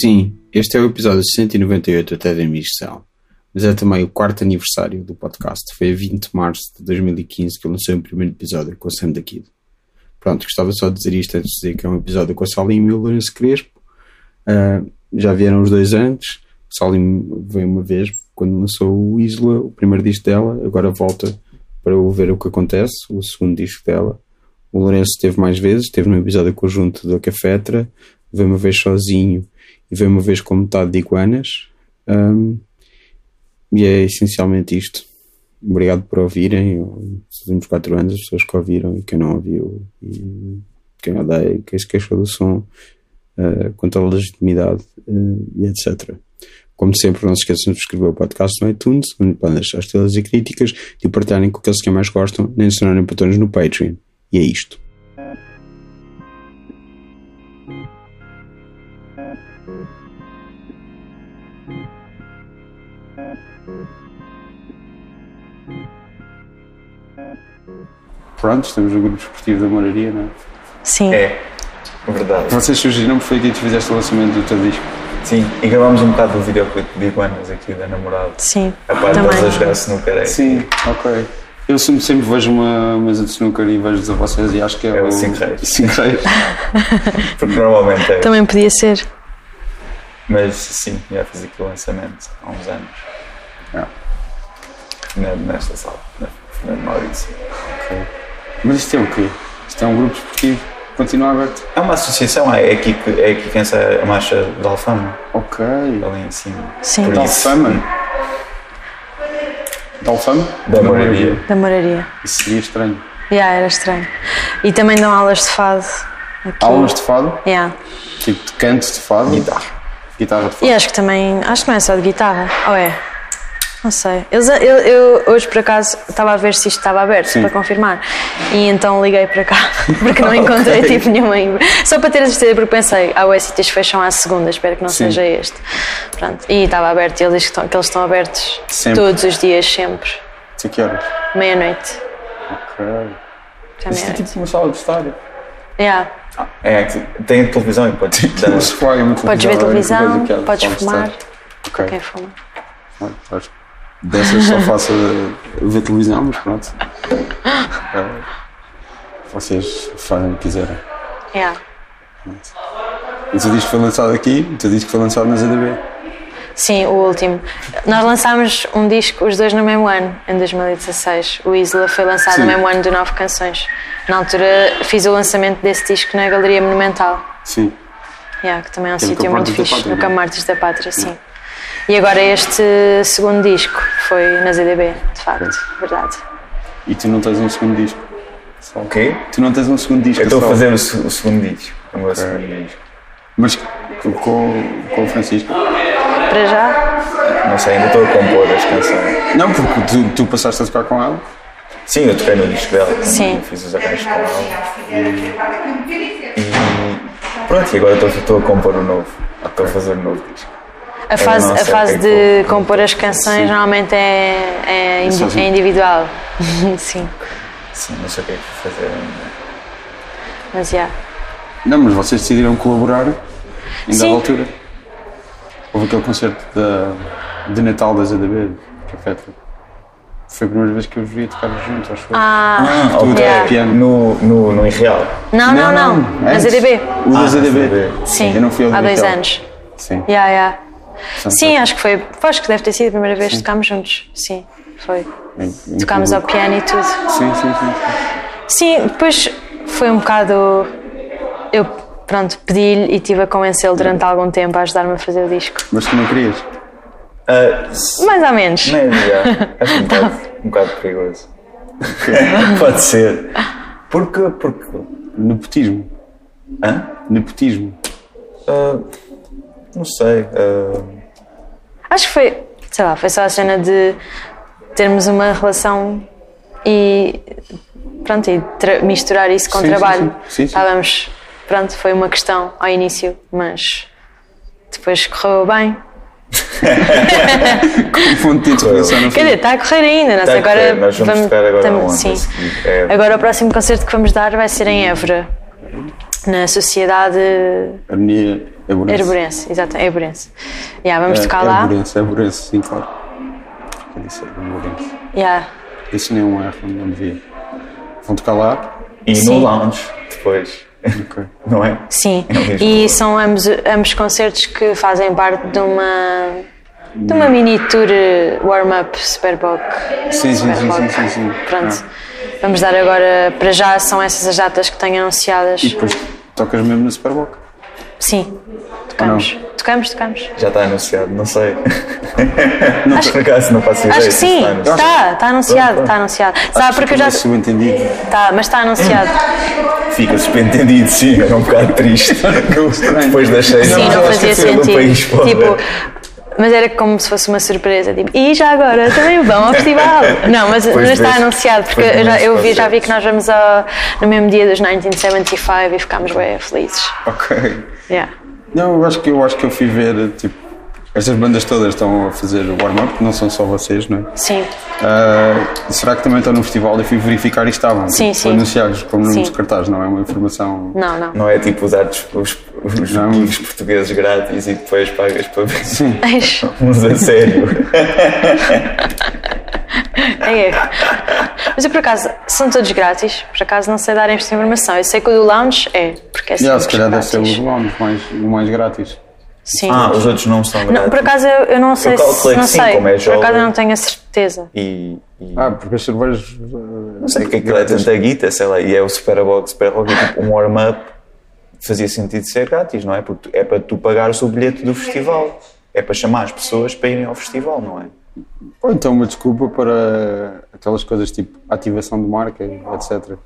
Sim, este é o episódio 198 até da Missão, mas é também o quarto aniversário do podcast. Foi a 20 de março de 2015 que eu lancei o primeiro episódio com o Sam da Kid. Pronto, gostava só de dizer isto antes de dizer que é um episódio com o Salim e o Lourenço Crespo. Ah, já vieram os dois antes. O Salim veio uma vez quando lançou o Isla, o primeiro disco dela. Agora volta para eu ver o que acontece, o segundo disco dela. O Lourenço esteve mais vezes, esteve num episódio conjunto da Cafetra, veio uma vez sozinho e veio uma vez com metade de iguanas. Ahm, e é essencialmente isto. Obrigado por ouvirem. Nos últimos quatro anos, as pessoas que ouviram e quem não ouviu, e quem odeia, quem se queixou do som, ah, quanto à legitimidade ah, e etc. Como sempre, não se esqueçam de subscrever o podcast no iTunes, onde podem deixar estrelas e críticas, de partilharem com aqueles que mais gostam, nem se tornarem patrões no Patreon. E é isto. Pronto, estamos no grupo desportivo da Moraria, não é? Sim. É, verdade. Vocês surgiram porque foi aqui que tu fizeste o lançamento do teu disco. Sim, e gravámos um bocado do videoclipe de Iguanas aqui da namorada. Sim. A parte Também. deles a jogar snooker é aí. Sim, ok. Eu sempre, sempre vejo uma mesa de snooker e vejo-vos a vocês e acho que é, É o o Cinco Reis. Cinco Reis. Porque normalmente é. Também podia ser. Mas sim, já fiz aqui o lançamento há uns anos. Ah. Na- Nesta sala, na Fernando Maurício. Mas isto é o quê? Isto é um grupo desportivo. Continua aberto. É uma associação, é a equipe, é a equipe que ensaia a marcha de Alfama, Ok. ali em cima. Sim. Por Da isso, Alfama? Da Alfama? Da Moraria. Da moraria. é? Isso seria estranho. Já, era estranho. E também dão aulas de fado. Aqui. Aulas de fado? Yeah. Tipo de canto de fado? Guitarra. Guitarra de fado. E acho que também. Acho que não é só de guitarra. Ou é? Não sei. Eles- eu, eu hoje por acaso estava a ver se isto estava aberto Sim. para confirmar. E então liguei para cá porque não encontrei tipo nenhum ainda. Só para ter a certeza, porque pensei, ah, o SITs fecham à segunda, espero que não Sim. seja este. Pronto. E estava aberto e ele diz que, estão- que eles estão abertos Sempre. todos os dias, sempre. Até é que horas? Meia-noite. Ok. Até Isto é meia-noite. tipo uma sala de estádio. Yeah. É, que tem televisão e pode Não se fala, é uma Podes ver televisão, é a única coisa televisão, que há de podes sala de fumar, estádio. Ok. quem fuma. Acho que Dessas só faço a- a ver televisão, mas pronto. É, Vocês fazem o que quiserem. Yeah. E tu dizes que foi lançado aqui, tu dizes que foi lançado na ZDB. Sim, o último. Nós lançámos um disco, os dois no mesmo ano, em 2016. O Isla foi lançado Sim. no mesmo ano de Nove Canções. Na altura fiz o lançamento desse disco na Galeria Monumental, Sim. yeah, que também é um Que é no sítio Campo muito Artes da fixe, Pátria, não no é? Campo Artes da Pátria, sim. E agora este segundo disco foi na ZDB, de facto, verdade. E tu não tens um segundo disco. Ok? Tu não tens um segundo disco. Eu estou a só. fazer o, se- o segundo disco. O meu segundo disco. Mas com, com- com o Francisco. Para já, Não sei, ainda estou a compor as canções. Não, porque tu, tu passaste a tocar com ela. Sim, eu toquei no disco dela. Sim. Fiz os arranjos com ela. E pronto, e agora estou- estou a compor o novo. Estou a fazer o novo disco. É a fase, não a sei fase quem de compõe. compor as canções normalmente é, é, indi- sozinho. é individual. sim, Sim, não sei o que é que vou fazer ainda. mas já. Não, mas vocês decidiram colaborar em dada Sim. altura. Houve aquele concerto da, de Natal da ZDB, que afeta. Foi a primeira vez que eu os vi a tocar juntos, acho que Ah, Ah, ok. yeah. piano. No, no, no Irreal. não, não, não, na antes. ZDB. O da Ah, ZDB. ZDB. Sim, Eu não fui ao há do dois Natal. anos. Sim. Yeah, yeah. Sim, Portanto, acho que foi. Acho que deve ter sido a primeira vez que tocámos juntos. Sim, foi. é- é Tocámos ao incrível. piano e tudo. Sim, sim, sim. Sim, depois foi um bocado. Eu, pronto, pedi-lhe e estive a convencê-lo durante algum tempo a ajudar-me a fazer o disco. Mas tu não querias? Ah, s- Mais ou menos. mas já. Acho um bocado, um bocado perigoso. Pode ser. Porque. porque Nepotismo. hã? Nepotismo. Ah, não sei. ah, Acho que foi, sei lá, foi só a cena de termos uma relação e pronto, e tra- misturar isso com Sim, sim, trabalho. sim. Sim, sim. Estávamos, pronto, foi uma questão ao início, mas depois correu bem Como um título Claro. só não Quer dizer, foi. está a correr ainda, não Tá sei, a correr, agora nós vamos tocar agora tam- onde? sim. A seguir, é. Agora o próximo concerto que vamos dar vai ser em Évora, na Sociedade Harmonia Eburense. Herborense, exato, Herborense. Yeah, vamos É, tocar lá. Eburense, Eburense, sim, claro. Eu disse Eburense. Yeah. Isso nem é um erro, não devia. Vão tocar lá. E no Sim. lounge, depois. Ok. Não é? Sim, um É o mesmo. e são ambos, ambos concertos que fazem parte de uma, de uma mini tour eh, warm-up Superbock. Sim, sim, sim, Superbock. sim, sim, sim. Ah. Pronto, vamos dar agora, para já são essas as datas que tenho anunciadas. E depois tocas mesmo no Superbock. Sim, tocamos, tocamos, tocamos. Já está anunciado, não sei. Não por acaso não é, faço ideia. Acho que se sim, tá. está anunciado. está, está anunciado, está Pronto, Ah, anunciado. Sabe, porque É eu já... Subentendido. Está, mas está anunciado. Hum. Fica subentendido, sim, era um bocado triste. Depois deixei Sim, não fazia do sentido. país fora. Tipo, mas era como se fosse uma surpresa. Tipo, e já agora também vão ao festival. Não, mas, Pois mas está vês. anunciado, porque Pois eu, já, vês, eu vi, pois já vi vês. que nós vamos ao, no mesmo dia dos 1975 e ficámos bem felizes. Ok. Yeah. Não, eu acho que eu acho que eu fui ver, tipo, estas bandas todas estão a fazer warm-up, não são só vocês, não é? Sim, Ah, será que também estão no festival? Eu fui verificar e estavam. Sim, tipo, sim. Anunciados como Sim. nos cartazes, não é uma informação. não, não. Não é tipo usar os, os, os Não. gigs portugueses grátis e depois pagas para ver Sim. uns a sério. É erro. Mas eu por acaso, são todos grátis, por acaso não sei dar esta informação. Eu sei que o do lounge é, porque é Yeah, ah, se sempre calhar deve grátis. ser o lounge mais, o mais grátis. Sim. Ah, os outros não são grátis. Não, por acaso eu, eu não sei, se, calculei não que sim, sei. como é por acaso jovem. eu não tenho a certeza. E, e Ah, porque as cervejas. eh, não sei porque é que dá tanta guita, sei lá, e é o Superbox, Superbox, é tipo um warm-up fazia sentido ser grátis, não é? Porque tu- é para tu pagares o bilhete do festival. É para chamar as pessoas para irem ao festival, não é? Ou então uma desculpa para aquelas coisas tipo ativação de marca, etc.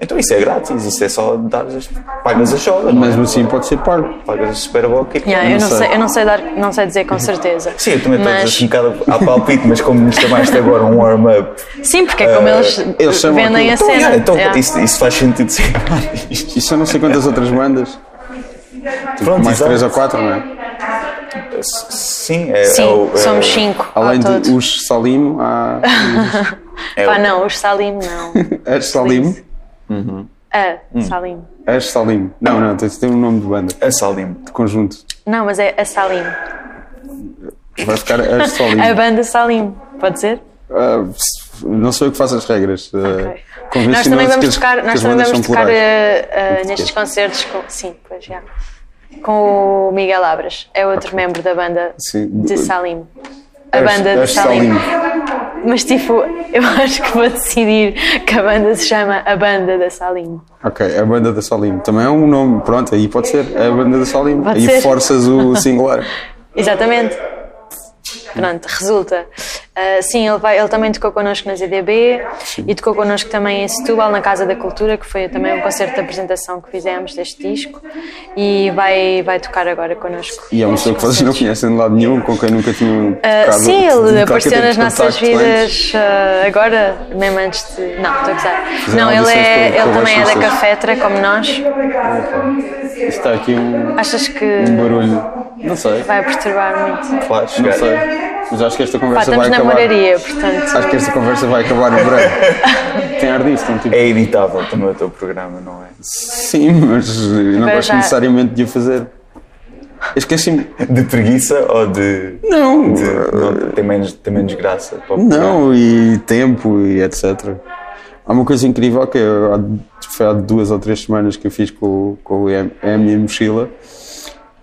Então isso é grátis, isso é só dar as, pagas as jogos, não é? Mesmo assim pode ser pago. Pagas a Superbox e Yeah, eu, não sei. sei. eu não sei dar, não sei dizer com certeza. Uhum. Sim, eu também estou mas, assim um bocado a palpite, mas como nos chamaste agora um warm-up. Sim, porque é como eh, eles, eles chamam vendem a aquilo- cena. Yeah, então yeah. isso, isso faz sentido ser grátis. Isso são não sei quantas outras bandas. Tipo, Pronto, mais exato. três ou quatro, não é? Sim, é, Sim, é o. é- somos cinco Além ao todo. de os Salim, há é o- Pá, Ah, não, os Salim não. Ash Salim. A Hum. Salim. Ash Salim. Não, não, tem, tem um nome de banda, É Salim. de conjunto. Não, mas é a Salim. Vai ficar Ash Salim. A banda Salim, pode ser? Ah, pss, não sou eu que faço as regras. Ah, Ok. convenci-me Nós também antes vamos que as- tocar, que nós as também bandas vamos são tocar plurais. eh, eh, nestes concertos com, sim, pois já, com o Miguel Abras, é outro membro da banda Sim. de Salim. A Ash- banda de Ash Salim. Salim. Mas tipo, eu acho que vou decidir que a banda se chama A Banda da Salim. Ok, a banda da Salim. Também é um nome, pronto, aí pode ser. A banda da Salim. Pode aí ser. forças o singular. Exatamente. Pronto, resulta. Ah, sim, ele, vai, ele também tocou connosco na ZDB e tocou connosco também em Setúbal, na Casa da Cultura, que foi também um concerto de apresentação que fizemos deste disco. E vai, vai tocar agora connosco. E é uma nestes pessoa que vocês não concertos. conhecem de lado nenhum, com quem nunca tinham. Ah, tocado- sim, nunca ele teve apareceu nas contacto nossas antes. vidas ah, agora, mesmo antes de. Não, estou a gozar. Fizeram Não, ele, audições é, com- com ele também é da vocês. Cafetra, como nós. Está aqui um, Achas que um barulho. Não sei, vai perturbar muito? Claro, não chegar. sei. Mas acho que esta Pá, conversa estamos vai na acabar. moraria, portanto. Acho que esta conversa vai acabar no branco. Tem ar disso, não tipo. É editável também o teu programa, não é? Sim, mas eu não Agora gosto já- necessariamente de o fazer. Eu Esqueci-me. De preguiça ou de. Não, de- não, tem, menos, tem menos graça. para o programa? Não, e tempo e etc. Há uma coisa incrível que eu, há- foi há duas ou três semanas que eu fiz com, com a a minha mochila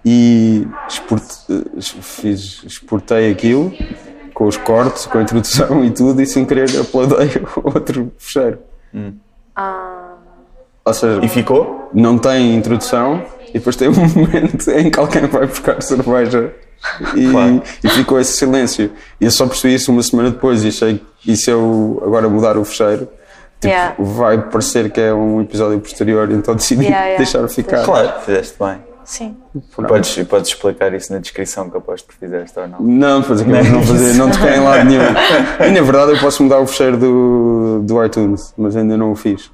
e exporte- es- fiz, exportei aquilo com os cortes, com a introdução e tudo e sem querer aplaudei outro fecheiro. Ah, Ou seja, E ficou? não tem introdução e depois tem um momento em que alguém vai buscar cerveja e, Claro. e ficou esse silêncio. E eu só percebi isso uma semana depois e achei que e se eu agora mudar o fecheiro, tipo, Yeah. vai parecer que é um episódio posterior, então decidi Yeah, yeah. deixar ficar. Claro, fizeste bem. Sim. Podes, podes explicar isso na descrição que eu aposto que fizeste ou não. Não, pois acabei de não fazer, não toquei em lado nenhum. E na verdade eu posso mudar o fecheiro do, do iTunes, mas ainda não o fiz.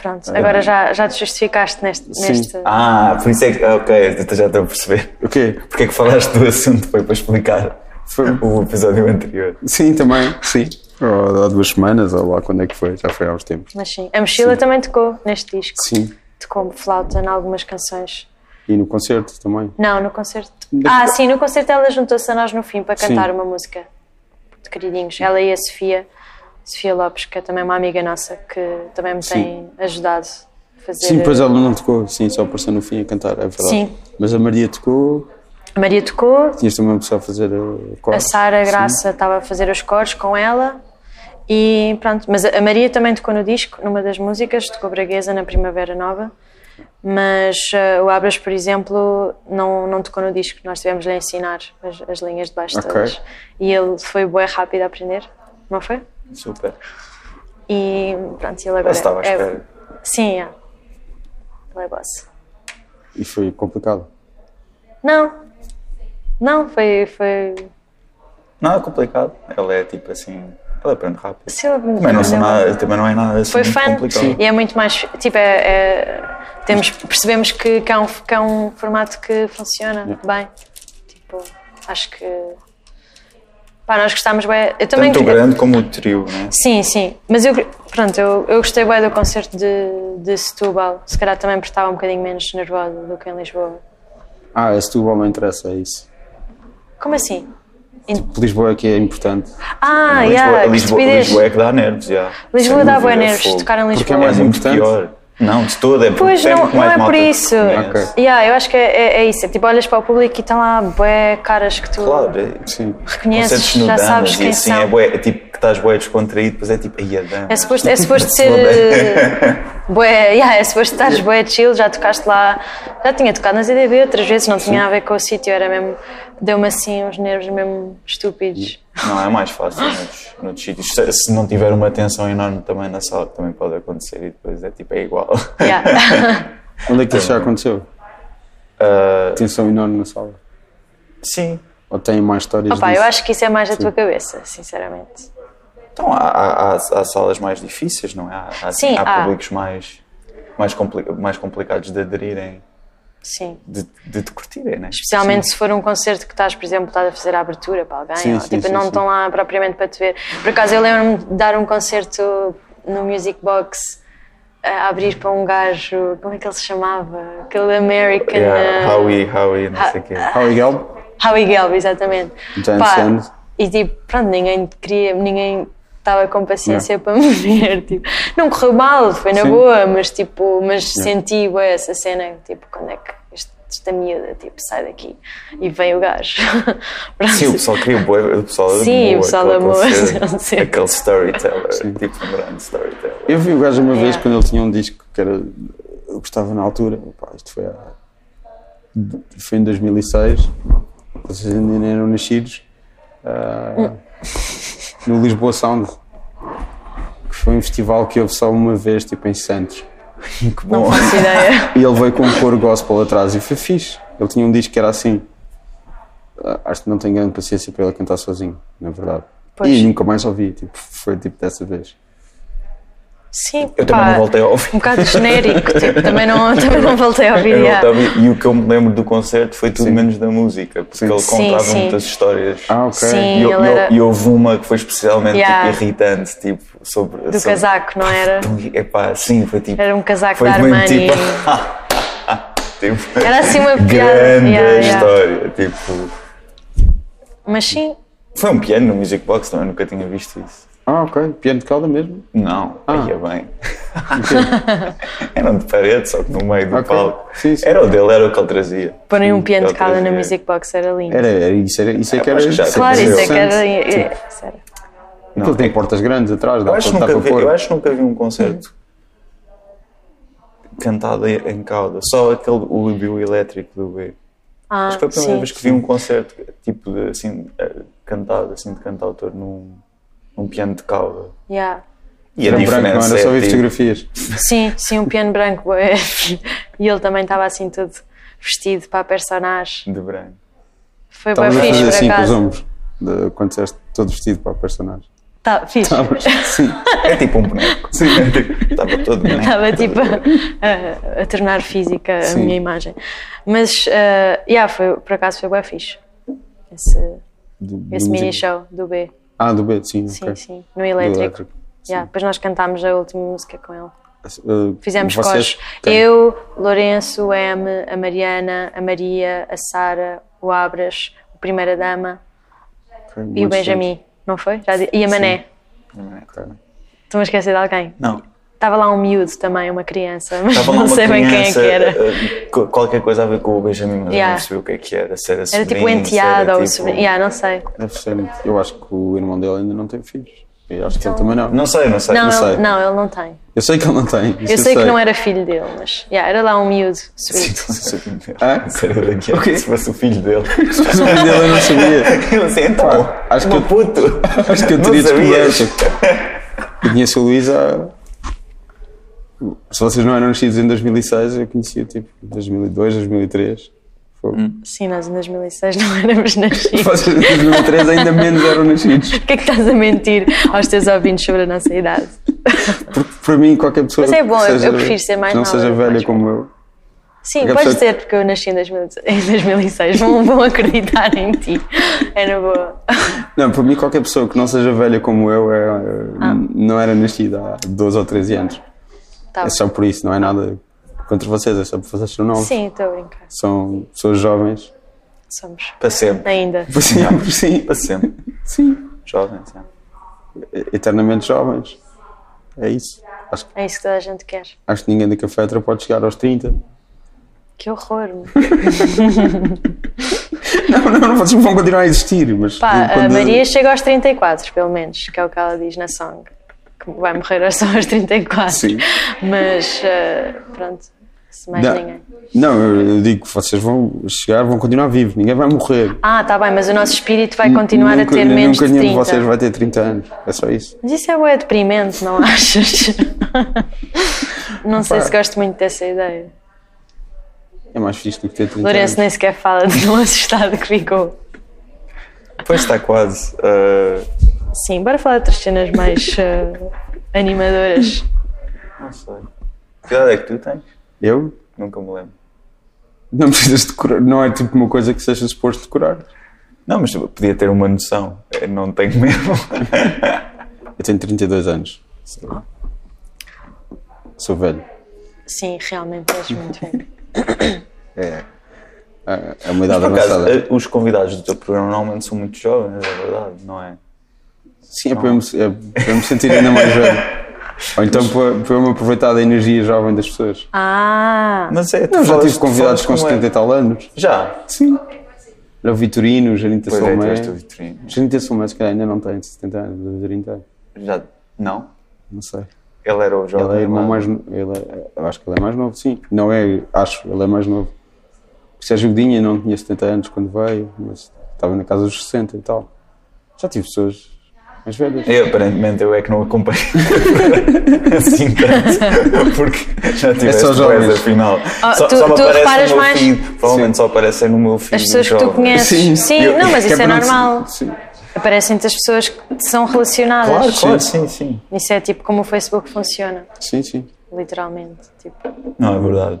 Pronto, agora já, já te justificaste neste. Tá Sim. neste... Ah, por isso é que. ah, Ok, tu já estou a perceber. O quê? Porque é que falaste do assunto foi para explicar Foi- o episódio anterior? Sim, também, sim. Ou Há duas semanas, ou lá quando é que foi, já foi há uns tempos. Mas sim, a mochila também tocou neste disco. Sim. Tocou flauta em algumas canções. E no concerto também. Não, no concerto. Ah, sim, no concerto ela juntou-se a nós no fim para cantar Sim. uma música de queridinhos. Ela e a Sofia, Sofia Lopes, que é também uma amiga nossa que também me tem ajudado a fazer. Sim, pois é. ela não tocou, sim, só apareceu no fim a cantar, é verdade. Eh, Sim. Mas a Maria tocou, A Maria tocou, tinhas também uma pessoa a fazer eh, a a corte. Sara Graça estava a fazer os cores com ela. E pronto, mas a a Maria também tocou no disco, numa das músicas, tocou Braguesa na Primavera Nova. Mas eh, o Abras, por exemplo, não, não tocou no disco, nós tivemos de lhe ensinar as, as linhas de baixo Ok. todas. E ele foi bem rápido a aprender, não foi? Super. E pronto, ele agora. Eu estava à é- espera. Sim, é. Ele é boss. E foi complicado. Não, não, foi. foi... Não é complicado. Ela é tipo assim. Ela aprende rápido. Se ele- Também não, sou nada, também não é nada assim Foi muito fã complicado. e é muito mais. Tipo, é, é- temos, percebemos que, que, é um, que é um formato que funciona bem. Tipo, acho que. Pá, nós gostámos bem. Eu também Tanto o queria- grande como o trio, né? Sim, sim. Mas eu, pronto, eu, eu gostei bem do concerto de, de Setúbal. Se calhar também porque estava um bocadinho menos nervosa do que em Lisboa. Ah, a Setúbal não interessa, é isso. Como assim? Lisboa é que é importante, Ah, Lisboa, yeah, que Lisboa, estupidez. Lisboa é que dá nervos, já. Lisboa Sem dá dúvida, bué nervos, fogo. tocar em Lisboa. Porque é É mais muito importante. pior. Não, de toda, é porque Pois, tem não- muito não mais é por malta que te isso. conhece. Ok. Yeah, eu acho que é, é, é isso. É tipo, olhas para o público e estão lá bué caras que tu Claro, é- sim. reconheces, concertos no já Damas sabes e quem assim são. é, bué, é tipo que estás bué descontraído, depois é tipo, ai a Damas. É suposto, é suposto ser. eh, Bué, yeah, é suposto estares bué chill, já tocaste lá. Já tinha tocado nas IDB outras vezes, não tinha a ver com o sítio, era mesmo. Deu-me assim uns nervos mesmo estúpidos. Não, é mais fácil noutros, noutros sítios. Se, se não tiver uma tensão enorme também na sala, que também pode acontecer e depois é tipo, é igual. Yeah. Onde é que isso já aconteceu? Ah, Tensão enorme na sala. sim. Ou tem mais histórias Opa, disso? eu acho que isso é mais da tua cabeça, sinceramente. Então há, há, há, há salas mais difíceis, não é? Há, há, Sim, há há. públicos mais, mais, compli mais complicados de aderirem, Sim. de, de te curtirem, né? Especialmente se for um concerto que estás, por exemplo, estás a fazer a abertura para alguém, Sim, ou, sim, tipo, sim, não sim. estão lá propriamente para te ver. Por acaso, eu lembro-me de dar um concerto no Music Box a abrir para um gajo, como é que ele se chamava? Aquele American. Yeah, eh, Howie, Howie, não sei o quê. How we go? Howie Gelb, exatamente. Então, James Gunn. e tipo, pronto, ninguém queria, ninguém estava com paciência para me ver. Tipo, não correu mal, foi na Sim. boa, mas tipo, mas senti bué, essa cena, tipo, quando é que este- esta miúda tipo, sai daqui e vem o gajo. Pronto. Sim, o pessoal queria bué, o pessoal Sim, amou o pessoal aquele amou, concerto, não sei. Aquele storyteller, tipo um grande storyteller. Eu vi o gajo uma vez É. quando ele tinha um disco que era. Eu gostava na altura. Pá, isto foi, há- foi em 2006. Vocês ainda nem eram nascidos. ah, no Lisboa Sound. Que foi um festival que houve só uma vez, tipo em Santos. Que Não bom. faço ideia. E ele veio com um cor gospel atrás e foi fixe. Ele tinha um disco que era assim. Ah, Acho que não tenho grande paciência para ele cantar sozinho, na verdade. Pois. E nunca mais ouvi, tipo, foi tipo dessa vez. Sim, Eu também pá, não voltei a ouvir. Um bocado genérico, tipo, também não, também não voltei a ouvir. Eu não yeah. voltei a ouvir. E o que eu me lembro do concerto foi tudo menos da música, porque ele Sim, contava sim. muitas histórias. Ah, ok. Sim. E, eu- ele e eu- era- e houve uma que foi especialmente Yeah. tipo, irritante, tipo, sobre. Então, Do casaco, não era? Epá, sim, foi tipo. Era um casaco foi da mesmo, Armani. Tipo, tipo, Era assim uma piada. Grande Yeah, yeah. história. Tipo, Mas sim, foi um piano no Music Box, também nunca tinha visto isso. Ah, ok. Piano de cauda mesmo? Não, Ah. ia bem. Eram de parede, só que no meio do Ok. palco. Sim, sim. Era o dele, era o que ele trazia. porem um Sim, piano ele de cauda na trazia. Music Box era lindo. Era, era isso, era, isso é Ah, que era. acho que já Claro, isso é que era. interessante. é- é- isso era. Não, Aquilo é- tem portas grandes atrás, dá Eu para acho, que dá nunca para vi, pôr. eu acho que nunca vi um concerto cantado em cauda. Só aquele o bioelétrico do B. Ah, acho que foi a primeira sim. vez que vi um concerto tipo de, assim, eh, cantado, assim, de cantautor num, num piano de cauda. Yeah. E Era um branco, não era só é, ver tipo, fotografias. Sim, sim, um piano branco. bué. e ele também estava assim todo vestido para a personagem. de branco. Foi bem Estavas a fixe, por fazer assim com os acaso. ombros, de- quando disseste todo vestido para a personagem. Tá, fixe. Tá, mas- sim, É tipo um boneco. sim. é tipo- Estava todo boneco. Estava tipo a, a tornar física a Sim. minha imagem. Mas, eh, yeah, foi, por acaso foi bem fixe. Esse, Do- do esse mini music- show do B. Ah, do B, sim, Sim, ok. sim. No Do elétrico. elétrico. Yeah, depois nós cantámos a última música com ele. Uh, Fizemos vocês- cos. quem? Eu, Lourenço, o M, a Mariana, a Maria, a Sara, o Abras, o Primeira Dama Ok, e o muitos Benjamin, não foi? Já di- e a Mané. tempos. Ok. Estão a esquecer de alguém? Não. Estava lá um miúdo também, uma criança, mas Estava lá não uma sei bem quem é criança, que era. eh, co- qualquer coisa a ver com o Benjamin, mas eu Yeah. não percebi o que é que era. Se era, Era tipo enteada ou sobrinho. tipo- Yeah, não sei. Deve ser. É Eu acho que o irmão dele ainda não tem filhos. Eu acho que Então- ele também não. Não sei, não sei. Não, é um sei. ele, sei. não, ele não tem. Eu sei que ele não tem. Eu sei, que não é era filho dele, mas yeah, era lá um miúdo. sweet. Não sei o filho dele. Ah? Se era daqui, Ok. se fosse o filho dele. O nome dele eu não sabia. Eu sei, então. acho que meu eu- puto. Acho que eu Não teria sabias. descoberto. Eu conheço o Luís há. Se vocês não eram nascidos em 2006, eu conhecia tipo 2002, 2003. Fogo. Sim, nós em 2006 não éramos nascidos. Vocês em 2003 ainda menos eram nascidos. O que é que estás a mentir aos teus ouvintes sobre a nossa idade? Porque para mim, qualquer pessoa. Mas é bom, que eu- eu prefiro ser mais que Não nova, seja velha mais como eu. Sim, Porque a podes pessoa- dizer, porque eu nasci em 2016. em 2006. Vão, vão acreditar em ti. É na boa. Não, para mim, qualquer pessoa que não seja velha como eu é, é, não era nascida há 12 ou 13 anos. Tá. É só por isso, não é nada contra vocês, é só por vocês serem novos. Sim, estou a brincar. São pessoas jovens. Somos. Para sempre. Ainda. Por sempre, sim. Para sempre. Sim. Jovem, sim. Eternamente jovens. É isso. Acho, É isso que toda a gente quer. acho que ninguém da cafetra pode chegar aos 30. Que horror. meu. Não, não, não, vocês vão continuar a existir, mas. Pá, a quando- Maria chega aos 34, pelo menos, que é o que ela diz na song. Que vai morrer só aos 34. Sim. Mas, eh, pronto. Se mais ninguém. Não, não, eu eu digo que vocês vão chegar, vão continuar vivos, ninguém vai morrer. Ah, tá bem, mas o nosso espírito vai continuar nunca, a ter menos nunca de nenhum 30. de vocês vai ter 30 anos. É só isso. Mas isso é bué deprimente, não achas? não sei se gosto muito dessa ideia. É mais fixe do que ter 30 Lourenço anos. nem sequer fala de tão assustado que ficou. Pois está quase. eh, Sim, bora falar de outras cenas mais eh, animadoras. não sei. Que idade é que tu tens? Eu? Nunca me lembro. Não precisas decorar. Não é tipo uma coisa que seja suposto decorar. Não, mas eu podia ter uma noção. Eu não tenho mesmo. Eu tenho 32 anos. Sou velho. Sim, realmente és muito bem. É é uma idade Por acaso, avançada. eh, os convidados do teu programa normalmente são muito jovens, é verdade, não é? Sim, é para, eu me, é para eu me sentir ainda mais velho. Ou então para, para eu me aproveitar da energia jovem das pessoas. Ah, Mas é, tu Eu já falas- tive convidados falas como com é. 70 e tal anos. Já? Sim. Era o Vitorino, o Janita Pois é, tu Salomé. és tu, Vitorino. Janita Salomé, se calhar ainda não tem 70 anos, deve ter 30 anos. Já? Não? Não sei. Ele era o jovem. Ele é irmão lá. mais novo. Ele é, eu acho que ele é mais novo, sim. Não é, acho, ele é mais novo. O Sérgio Godinho não tinha 70 anos quando veio, mas estava na casa dos 60 e tal. Já tive pessoas mais velhas. Eu, aparentemente, eu é que não acompanho assim tanto, porque já tiveste É só jovens. coisa final. Ah, tu- tu aparece reparas no meu mais- feed, provavelmente só aparecem no meu feed as pessoas que os tu jovens. conheces. Sim, Eu- não, mas que isso é para não se- normal. Sim. Aparecem-te as pessoas que são relacionadas. Claro, claro, sim, sim. Isso é tipo como o Facebook funciona, Sim, sim. literalmente. Tipo, Não, é verdade.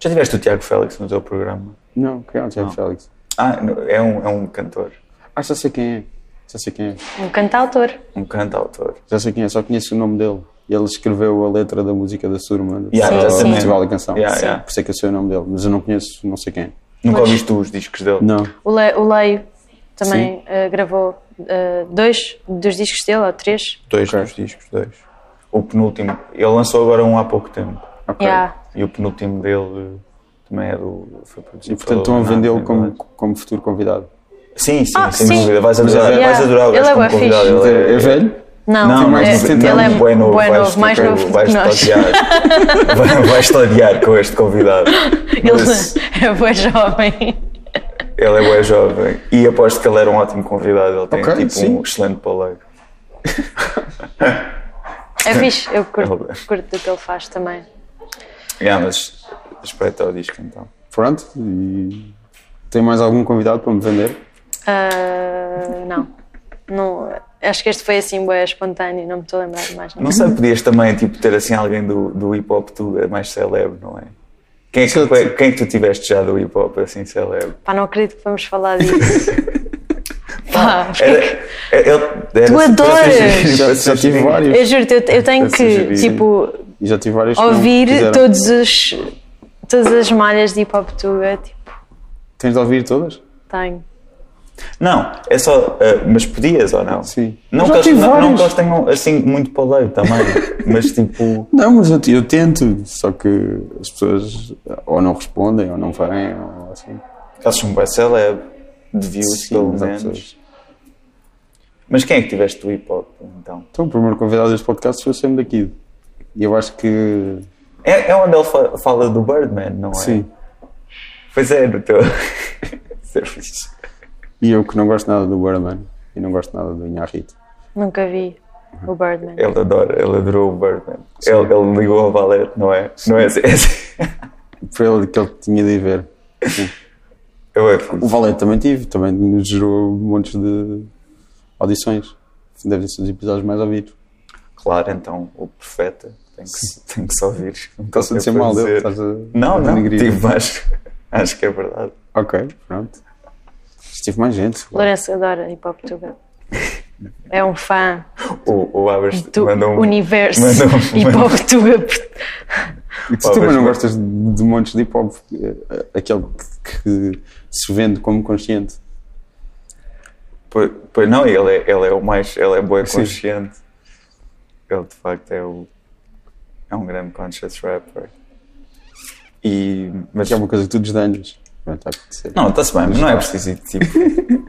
Já tiveste o Tiago Félix no teu programa? Não, quem é o Tiago Félix? Ah, não, é um, é um cantor, Ah, já sei quem é. Já sei quem é. um cantautor. um cantautor. Já sei quem é, só conheço o nome dele. Ele escreveu a letra da música da Surma do Yeah, Festival- já sei mesmo. Festival da Canção. Yeah, yeah. Por isso é que eu sei o nome dele, mas eu não conheço, não sei quem é. Nunca Mas- ouviste os discos dele? Não. O, Le, o Leio também eh, gravou eh, dois dos discos dele, ou três. Dois Ok. dos discos, dois. O penúltimo, ele lançou agora um há pouco tempo. Ok. Yeah. E o penúltimo dele eh, também é do. Foi produzido E portanto pelo estão a vendê-lo Leonardo, como, não como futuro convidado. é? Sim, sim, Ah, sem sim. dúvida. Vais adorar, Yeah. vais adorar o Ele gajo é como bué fixe. convidado. É, Ele é velho? Não, Não, é- mais de ele 70 é anos. bué novo, bué vais- novo, mais tipo, novo do que Vais-te nós. odiar. Vai- Vais-te odiar com este convidado. Mas Ele é bué jovem. ele é bem jovem. E aposto que ele era um ótimo convidado. Ele tem Ok, tipo sim. um excelente palego. É fixe, eu curto, Ele é. curto do que ele faz também. Yeah, mas espreita o disco então. Pronto. E tem mais algum convidado para me vender? Ah, não. Não, acho que este foi assim, bem espontâneo, não me estou a lembrar de mais. Não sei, podias também tipo, ter assim alguém do, do hip hop tu é mais celebre, não é? Quem é, que, quem é tipo que, tu tiveste já do hip hop assim celebre? Pá, não acredito que vamos falar disso. Pá, porque Era, é que- era- era- era- Tu adoras! Já, assim, já tive tipo, vários. Eu juro-te, eu, eu tenho Deve que, sugerir. tipo, E já tive vários que não ouvir quiseram. todos os, todas as malhas de hip hop tuga, tipo, Tens de ouvir todas? tenho. Não, é só. eh, mas podias ou não? Sim. Não Já que, eles, tive não, não vários. que eles tenham assim muito paleiro também, mas tipo. Não, mas eu, eu tento, só que as pessoas ou não respondem, ou não vêm, ou assim. Eles são bem celebre, de views Sim, pelo mas há menos. pessoas. Mas quem é que tiveste do hip hop então? Então, o primeiro convidado deste podcast foi sempre daqui. E eu acho que. É, é onde ele fa- fala do Birdman, não é? Sim. Pois é, no teu. Ser fixe. E eu que não gosto nada do Birdman. E não gosto nada do Inharrito. Nunca vi o Birdman. Ele adora, ele adorou o Birdman. Ele, ele ligou ao ballet, não é? Não é? Foi ele que ele tinha de ir ver. Eu é fixe. O Valete também tive, também nos gerou montes de audições. Devem ser os episódios mais ouvidos. Claro, então, o profeta tem que, tem que só vir. Não Gosto de ser mal dele, estás a- Não, a não, denegrir. tipo, acho, acho que é verdade. Ok, pronto. Mas Tive mais gente. Lourenço adora hip hop tuga. É um fã O, o Abras do mandou um... universo mandou- hip hop tuga. E tu Pá, também mas- não gostas de montes de hip hop, eh, aquele que, que se vende como consciente. Pois, pois não, ele é, ele é o mais. Ele é boa Sim. consciente. Ele de facto é o. É um grande conscious rapper. E. Mas. Que é uma coisa que tu é desdanhas. Não, está a acontecer. Não, está-se bem, mas não é preciso ir tipo.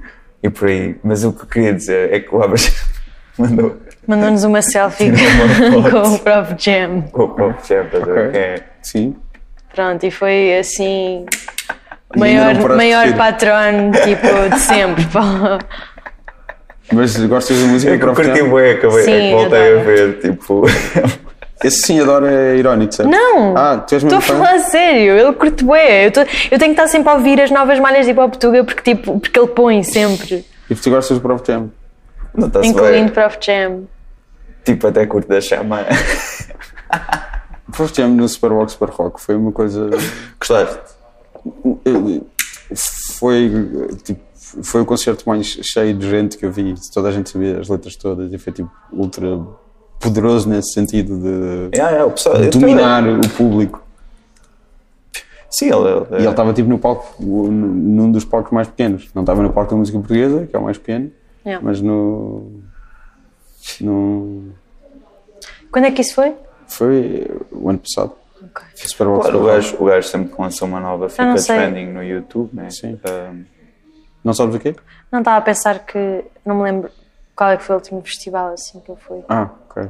e por aí. Mas o que eu queria dizer é que o Abras mandou. Mandou-nos uma selfie Tirou uma com foto. o próprio Jam. O próprio chefe, Ok. que é. Sim. Pronto, e foi assim. o E ainda não Maior, paraste de maior rir. patrono tipo, de sempre. pá. Mas gostas da música Eu que eu própria? tipo, curti bué, acabei, Sim, é que voltei a adoro. ver, tipo. Esse sim adoro é irónico, certo? Não! Ah, tu és Estou Então? mesmo a fã? falar a sério, ele curte bué. Eu, tô- eu tenho que estar sempre a ouvir as novas malhas de hip hop tuga porque, tipo, porque ele põe sempre, E tu gostas do próprio tema. não está-se incluindo bem. Prof Jam. Tipo, até curto da chama. O próprio tema no Superbox Super Rock foi uma coisa... eh, Gostaste? Foi, tipo, foi o concerto mais cheio de gente que eu vi. Toda a gente sabia as letras todas e foi tipo ultra poderoso nesse sentido de... É, é, o pessoal. eu também- dominar o público. Sim, ele. E ele estava tipo no palco, o- num dos palcos mais pequenos. Não estava no palco da música portuguesa, que é o mais pequeno, Yeah. mas no. no Quando é que isso foi? foi o ano passado. Ok. Super Bowl é, Claro, o Super Bowl. gajo, o gajo sempre que lança uma nova não fica sei. trending no YouTube, né? Sim. Ahm, Não sabes o quê? Não estava a pensar que. Não me lembro qual é que foi o último festival assim que eu fui. Ah, ok.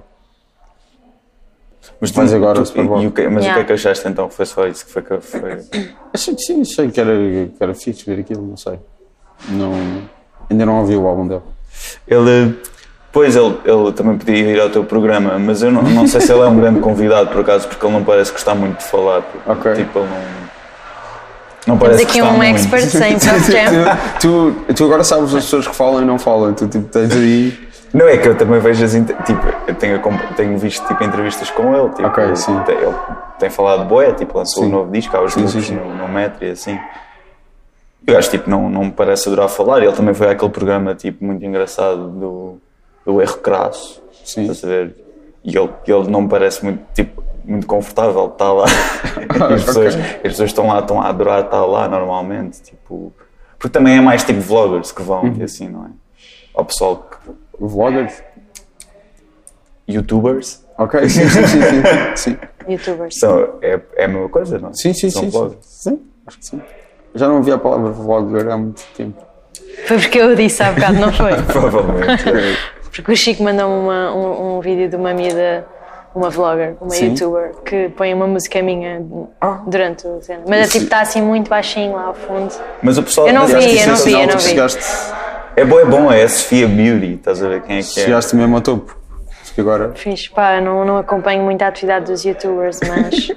mas Mas agora o Super Bowl. e, e o que, mas Yeah. o que é que achaste então? Foi só isso que foi que foi. Achei que sim, achei que era, que era fixe ver aquilo, não sei. Não, ainda não ouvi o álbum dele. Ele. Pois ele, ele também podia ir ao teu programa, mas eu não, não sei se ele é um grande convidado por acaso, porque ele não parece gostar muito de falar. Porque, Ok. Tipo, ele não. Não Temos parece aqui gostar um muito. expert sem Prof Jam. tu, tu, tu agora sabes as pessoas que falam e não falam, tu tipo, tens aí. Não é que eu também vejo as. inter- Tipo, eu tenho, acom- tenho visto tipo, entrevistas com ele. Tipo, Ok, ele sim. Tem, ele tem falado boé, tipo, lançou um Sim. novo disco, há os Sim, sim, grupos sim. no, no metro e assim. E o gajo, tipo, não, não me parece adorar falar. Ele também foi àquele programa, tipo, muito engraçado do, do Erro Crasso. Sim. Estás a ver? E ele, ele não me parece muito, tipo, muito confortável de estar lá. Ah, as, pessoas, ok. as pessoas estão lá, estão a adorar estar lá normalmente. Tipo, porque também é mais tipo vloggers que vão Uhum. e assim, não é? Ao pessoal que Vloggers? youtubers Ok, sim, sim, sim. sim, sim. Youtubers. são, é, é a mesma coisa, não é? Sim, sim, são sim, sim. vlogs. Sim, acho que sim. Já não ouvi a palavra vlogger há muito tempo. Foi porque eu disse há bocado, não foi? Provavelmente. Porque o Chico mandou-me uma- um, um vídeo de uma miúda, uma vlogger, uma Sim. youtuber, que põe uma música minha durante o cena. Mas é tipo, está assim muito baixinho lá ao fundo. Mas o pessoal. Eu não mas vi, acho que eu isso não vi, é eu sinal não de- vi. chegaste, É bom, é bom, é a Sofia Beauty, estás a ver quem é que é? chegaste mesmo ao topo. Porque agora. Fiz, pá, não, não acompanho muito a atividade dos youtubers, mas.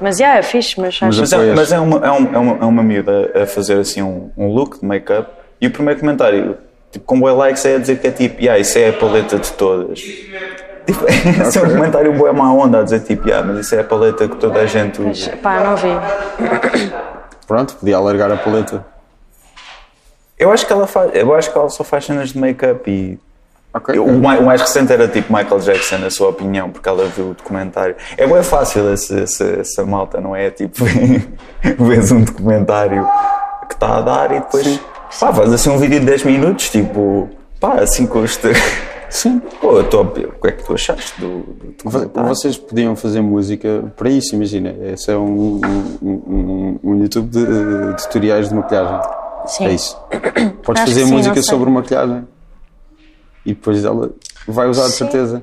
mas já, yeah, é fixe, mas acho Mas, Pois. é, mas é, uma, é, um- é uma, é uma miúda a fazer assim um, um look de make-up e o primeiro comentário Tipo, com boé likes é dizer que é tipo, yeah, isso é a paleta de todas. Tipo, esse é um comentário boé má onda a dizer tipo, yeah, mas isso é a paleta que toda a gente usa. Pá, não vi. Pronto, podia alargar a paleta. Eu acho que ela faz, eu acho que ela só faz cenas de make-up e Ok. Eu- o, mais, o mais recente era tipo Michael Jackson, na sua opinião, porque ela viu o documentário. É bem fácil esse, esse- essa malta, não é? Tipo, vês um documentário que está a dar e depois pá, faz assim um vídeo de 10 minutos, tipo, pá, assim com este. Sim. Pô, eu tô, a- o que é que tu achaste do, do Vo- Ah. documentário? Vocês podiam fazer música para isso, imagina. Esse é um, um, um- um YouTube de, de tutoriais de maquilhagem. Sim. É isso. Podes Acho que fazer sim, não música sei. sobre maquilhagem e depois ela vai usar de Sim. certeza.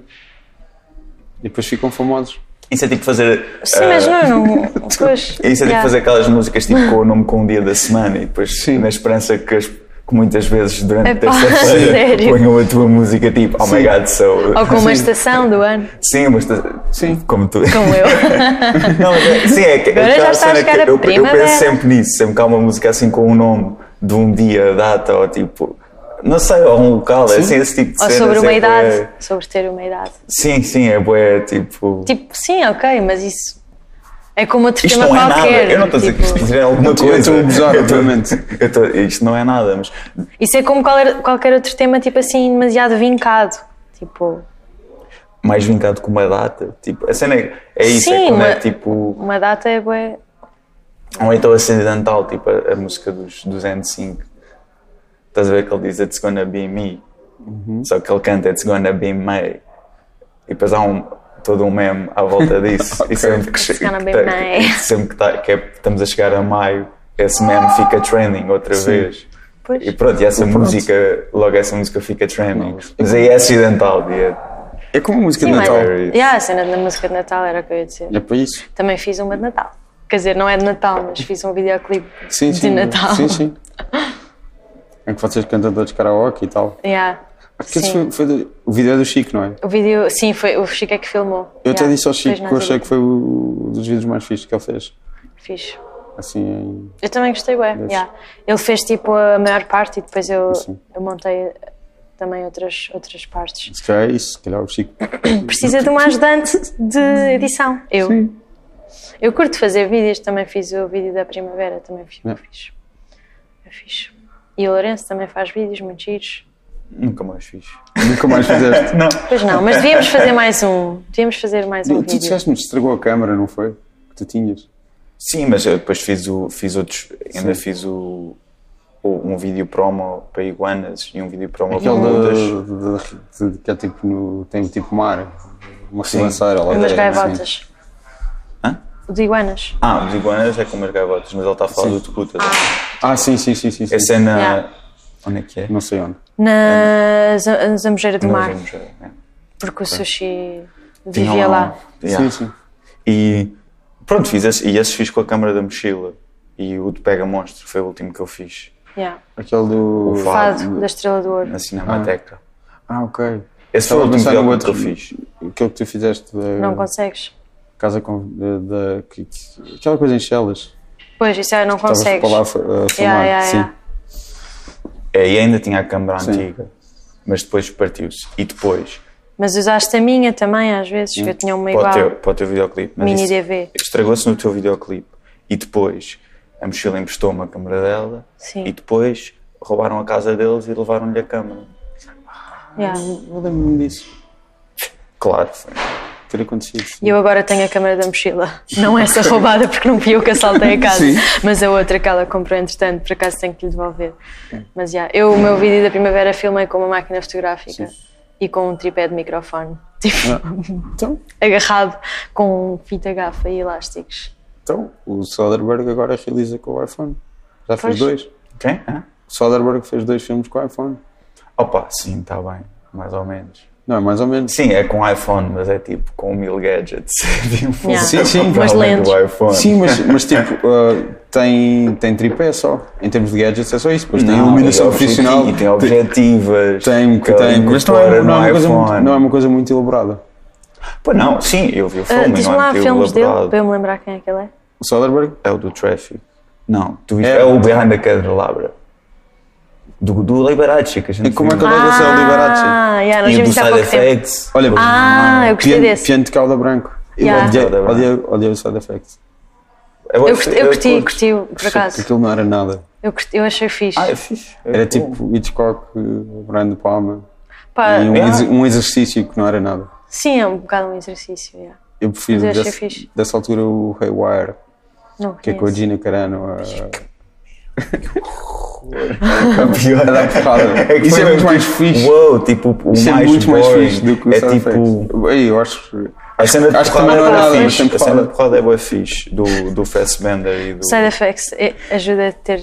E depois ficam famosos. Isso é tipo fazer. Sim, ah, mas não, não. Pois. Isso é tipo yeah. fazer aquelas músicas tipo com o nome com o dia da semana e depois Sim. na esperança que, as- que muitas vezes durante a Epá, terça-feira É sério? ponham a tua música tipo Oh my god, so. Ou com uma assim. Sim. estação do ano, Sim, mas. tu- Sim. Como tu. como eu. Não, mas é- sim, é que é Agora aquela já está a cena chegar a que eu, eu primavera. penso sempre nisso, sempre que há uma música assim com um nome de um dia, data ou tipo. Não sei, ou um local, é assim esse tipo de Ou cenas, sobre é uma bué- idade. Sobre ter uma idade. Sim, sim, é boé, tipo. Tipo, sim, ok, mas isso. É como outro Isto tema não é nada, qualquer. eu não estou a dizer que isto tipo, é alguma Eu tô- eu coisa. tô a Eu abusar, tô- obviamente. eu tô- Isto não é nada, mas Isso é como qualquer, qualquer outro tema, tipo assim, demasiado vincado. Tipo, mais vincado com uma data. Tipo, a cena é, é isso, é Sim, quando é mas- tipo. uma data é bué. Ou então acidental, tipo a, a música dos, dos N5. Estás a ver que ele diz It's gonna be me. Só que ele canta It's gonna be me. E depois há um, todo um meme à volta disso. E sempre que, che- gonna que be tá- May. que sempre que, tá- que é- estamos a chegar a maio, esse meme fica trending outra vez. Pois. E pronto, e essa música, logo essa música fica trending. Mas aí é acidental, e é É como música Sim, de mas. Natal. Natal. Yeah, a cena da música de Natal era o que eu ia dizer. É para isso. Também fiz uma de Natal. Quer dizer, não é de Natal, mas fiz um videoclipe Sim, de sim. Natal. Sim, sim. É que vocês cantam todos karaoke e tal. Yeah. Porque esse Sim. foi, foi do- o vídeo é do Chico, não é? O vídeo, sim, foi o Chico é que filmou. Eu até Yeah. disse ao Chico Fez na que eu achei Azuba. que foi o, um dos vídeos mais fixos que ele fez. Fixe. Assim, em- Eu também gostei, ué. Desses. yeah. Ele fez tipo a maior parte e depois eu, Sim. eu montei também outras, outras partes. se calhar é isso, se calhar o Chico. Precisa de uma ajudante de edição. Hum. Eu. Eu curto fazer vídeos, também fiz o vídeo da primavera, também fiz. Yeah. fiz. Eu fiz. E o Lourenço também faz vídeos muito giros. nunca mais fiz. Nunca mais fizeste. Não, Pois não, mas devíamos fazer mais um. Devíamos fazer mais um tu vídeo. disseste-me que estragou a câmera, não foi? Que tu tinhas. Sim, mas eu depois fiz, o, fiz outros. Ainda fiz o, o- um vídeo promo para iguanas e um vídeo promo para Aquele lutas. da- da- de- que é tipo no, tem tipo mar, uma ribanceira lá. Umas assim. dentro, sim. gaivotas. Hã? O de iguanas. Ah, os iguanas é com umas gaivotas, mas ele está a falar do Tucuta. Ah, sim, sim, sim, sim. sim. É cena. Yeah. Onde é que é? Não sei onde. Na Z- Zambujeira do Não, Mar. vamos ver, é. Porque o sushi Tinha vivia lá. um- Yeah. Sim, sim. E pronto, fiz esse, e esse fiz com a câmara da mochila. E o de Pega Monstro foi o último que eu fiz Yeah. Aquele do. O Fado. Fado da Estrela do Ouro. na Cinemateca. Ah, ok. Esse foi Estava o a último pensar no vídeo que outro. eu fiz. Aquele que tu fizeste da Não consegues. casa com. Da, da- que- que- aquela coisa em Chelas. Pois, isso é, não Estavas consegues. para lá a filmar. Yeah, yeah, sim. yeah. É, e ainda tinha a câmara antiga, mas depois partiu-se. E depois, Mas usaste a minha também, às vezes, Hum. que eu tinha uma para o É igual. teu, para o teu videoclipe. mas Mini isso DV. Estragou-se no teu videoclipe. E depois a mochila emprestou-me a câmera dela. Sim. E depois roubaram a casa deles e levaram-lhe a câmera. Yeah. Eu lembro-me disso. Claro, foi. Ter acontecido. E eu agora tenho a câmara da mochila. Não essa roubada, porque não fui eu que assaltei a casa. Sim. Mas a outra que ela comprou, entretanto, por acaso tenho que lhe devolver. Hum. Mas já, eu o meu vídeo da primavera filmei com uma máquina fotográfica e com um tripé de microfone. Tipo, Então, agarrado com fita gafa e elásticos. então, o Soderbergh agora realiza com o iPhone. Já Pois. fez dois. O Quem? Hã? Soderbergh fez dois filmes com o iPhone. Opa, sim, está bem. Mais ou menos. Não, é mais ou menos. Sim, é com iPhone, mas é tipo com mil gadgets. tipo, Yeah. Sim, sim. para Mas além do lentes. iPhone. Sim, mas, mas tipo, ah, tem, tem tripé só. Em termos de gadgets é só isso. Depois tem Não, iluminação e objeti- profissional. E tem objetivas. Tem, que que tem. ela Mas não é, incorpora não, é uma no coisa muito, um iPhone. não é uma coisa muito elaborada. Pô, não, sim, eu vi o Ah, filme, Diz-me não é lá muito filmes dele, elaborado. para eu me lembrar quem é que ele é. O Soderbergh É o do Traffic. Não, tu viste. É. É, o Behind the Candelabra. Do, do Liberace, que a gente E como é viu. que agora saiu o Liberace? Ah, yeah, nós E do vimos isso há Side pouco tempo. Effects. Olha, Ah, eu gostei piano, desse. piano de cauda branco. Eu Yeah. odiei, Cauda branca. odiei, odiei o side effect. Agora Eu curti, eu curti, tipo- curti por acaso. Tipo, Aquilo não era nada. Eu, curti- eu achei fixe. Ah, é fixe. É Era bom. tipo Hitchcock, uh, Brian De Palma. Pá, e um, Ah, yeah. ex- um exercício que não era nada. Sim, é um bocado um exercício. yeah. Eu prefiro Mas eu achei desse, fixe. dessa altura o Haywire, Não que é com a conheço. Gina Carano. A, pior. a dar porrada. Isso foi é muito mesmo mais tipo, fixe. Uou, tipo, o Isso é mais muito mais boring. fixe do que o É side tipo. effects. Ei, eu acho. A cena de Acho que também porrada é bué não é nada, mas fixe. tem A cena de porrada. porrada é boa fixe. Do, do Fassbender e do. Side effects eh, ajuda a ter.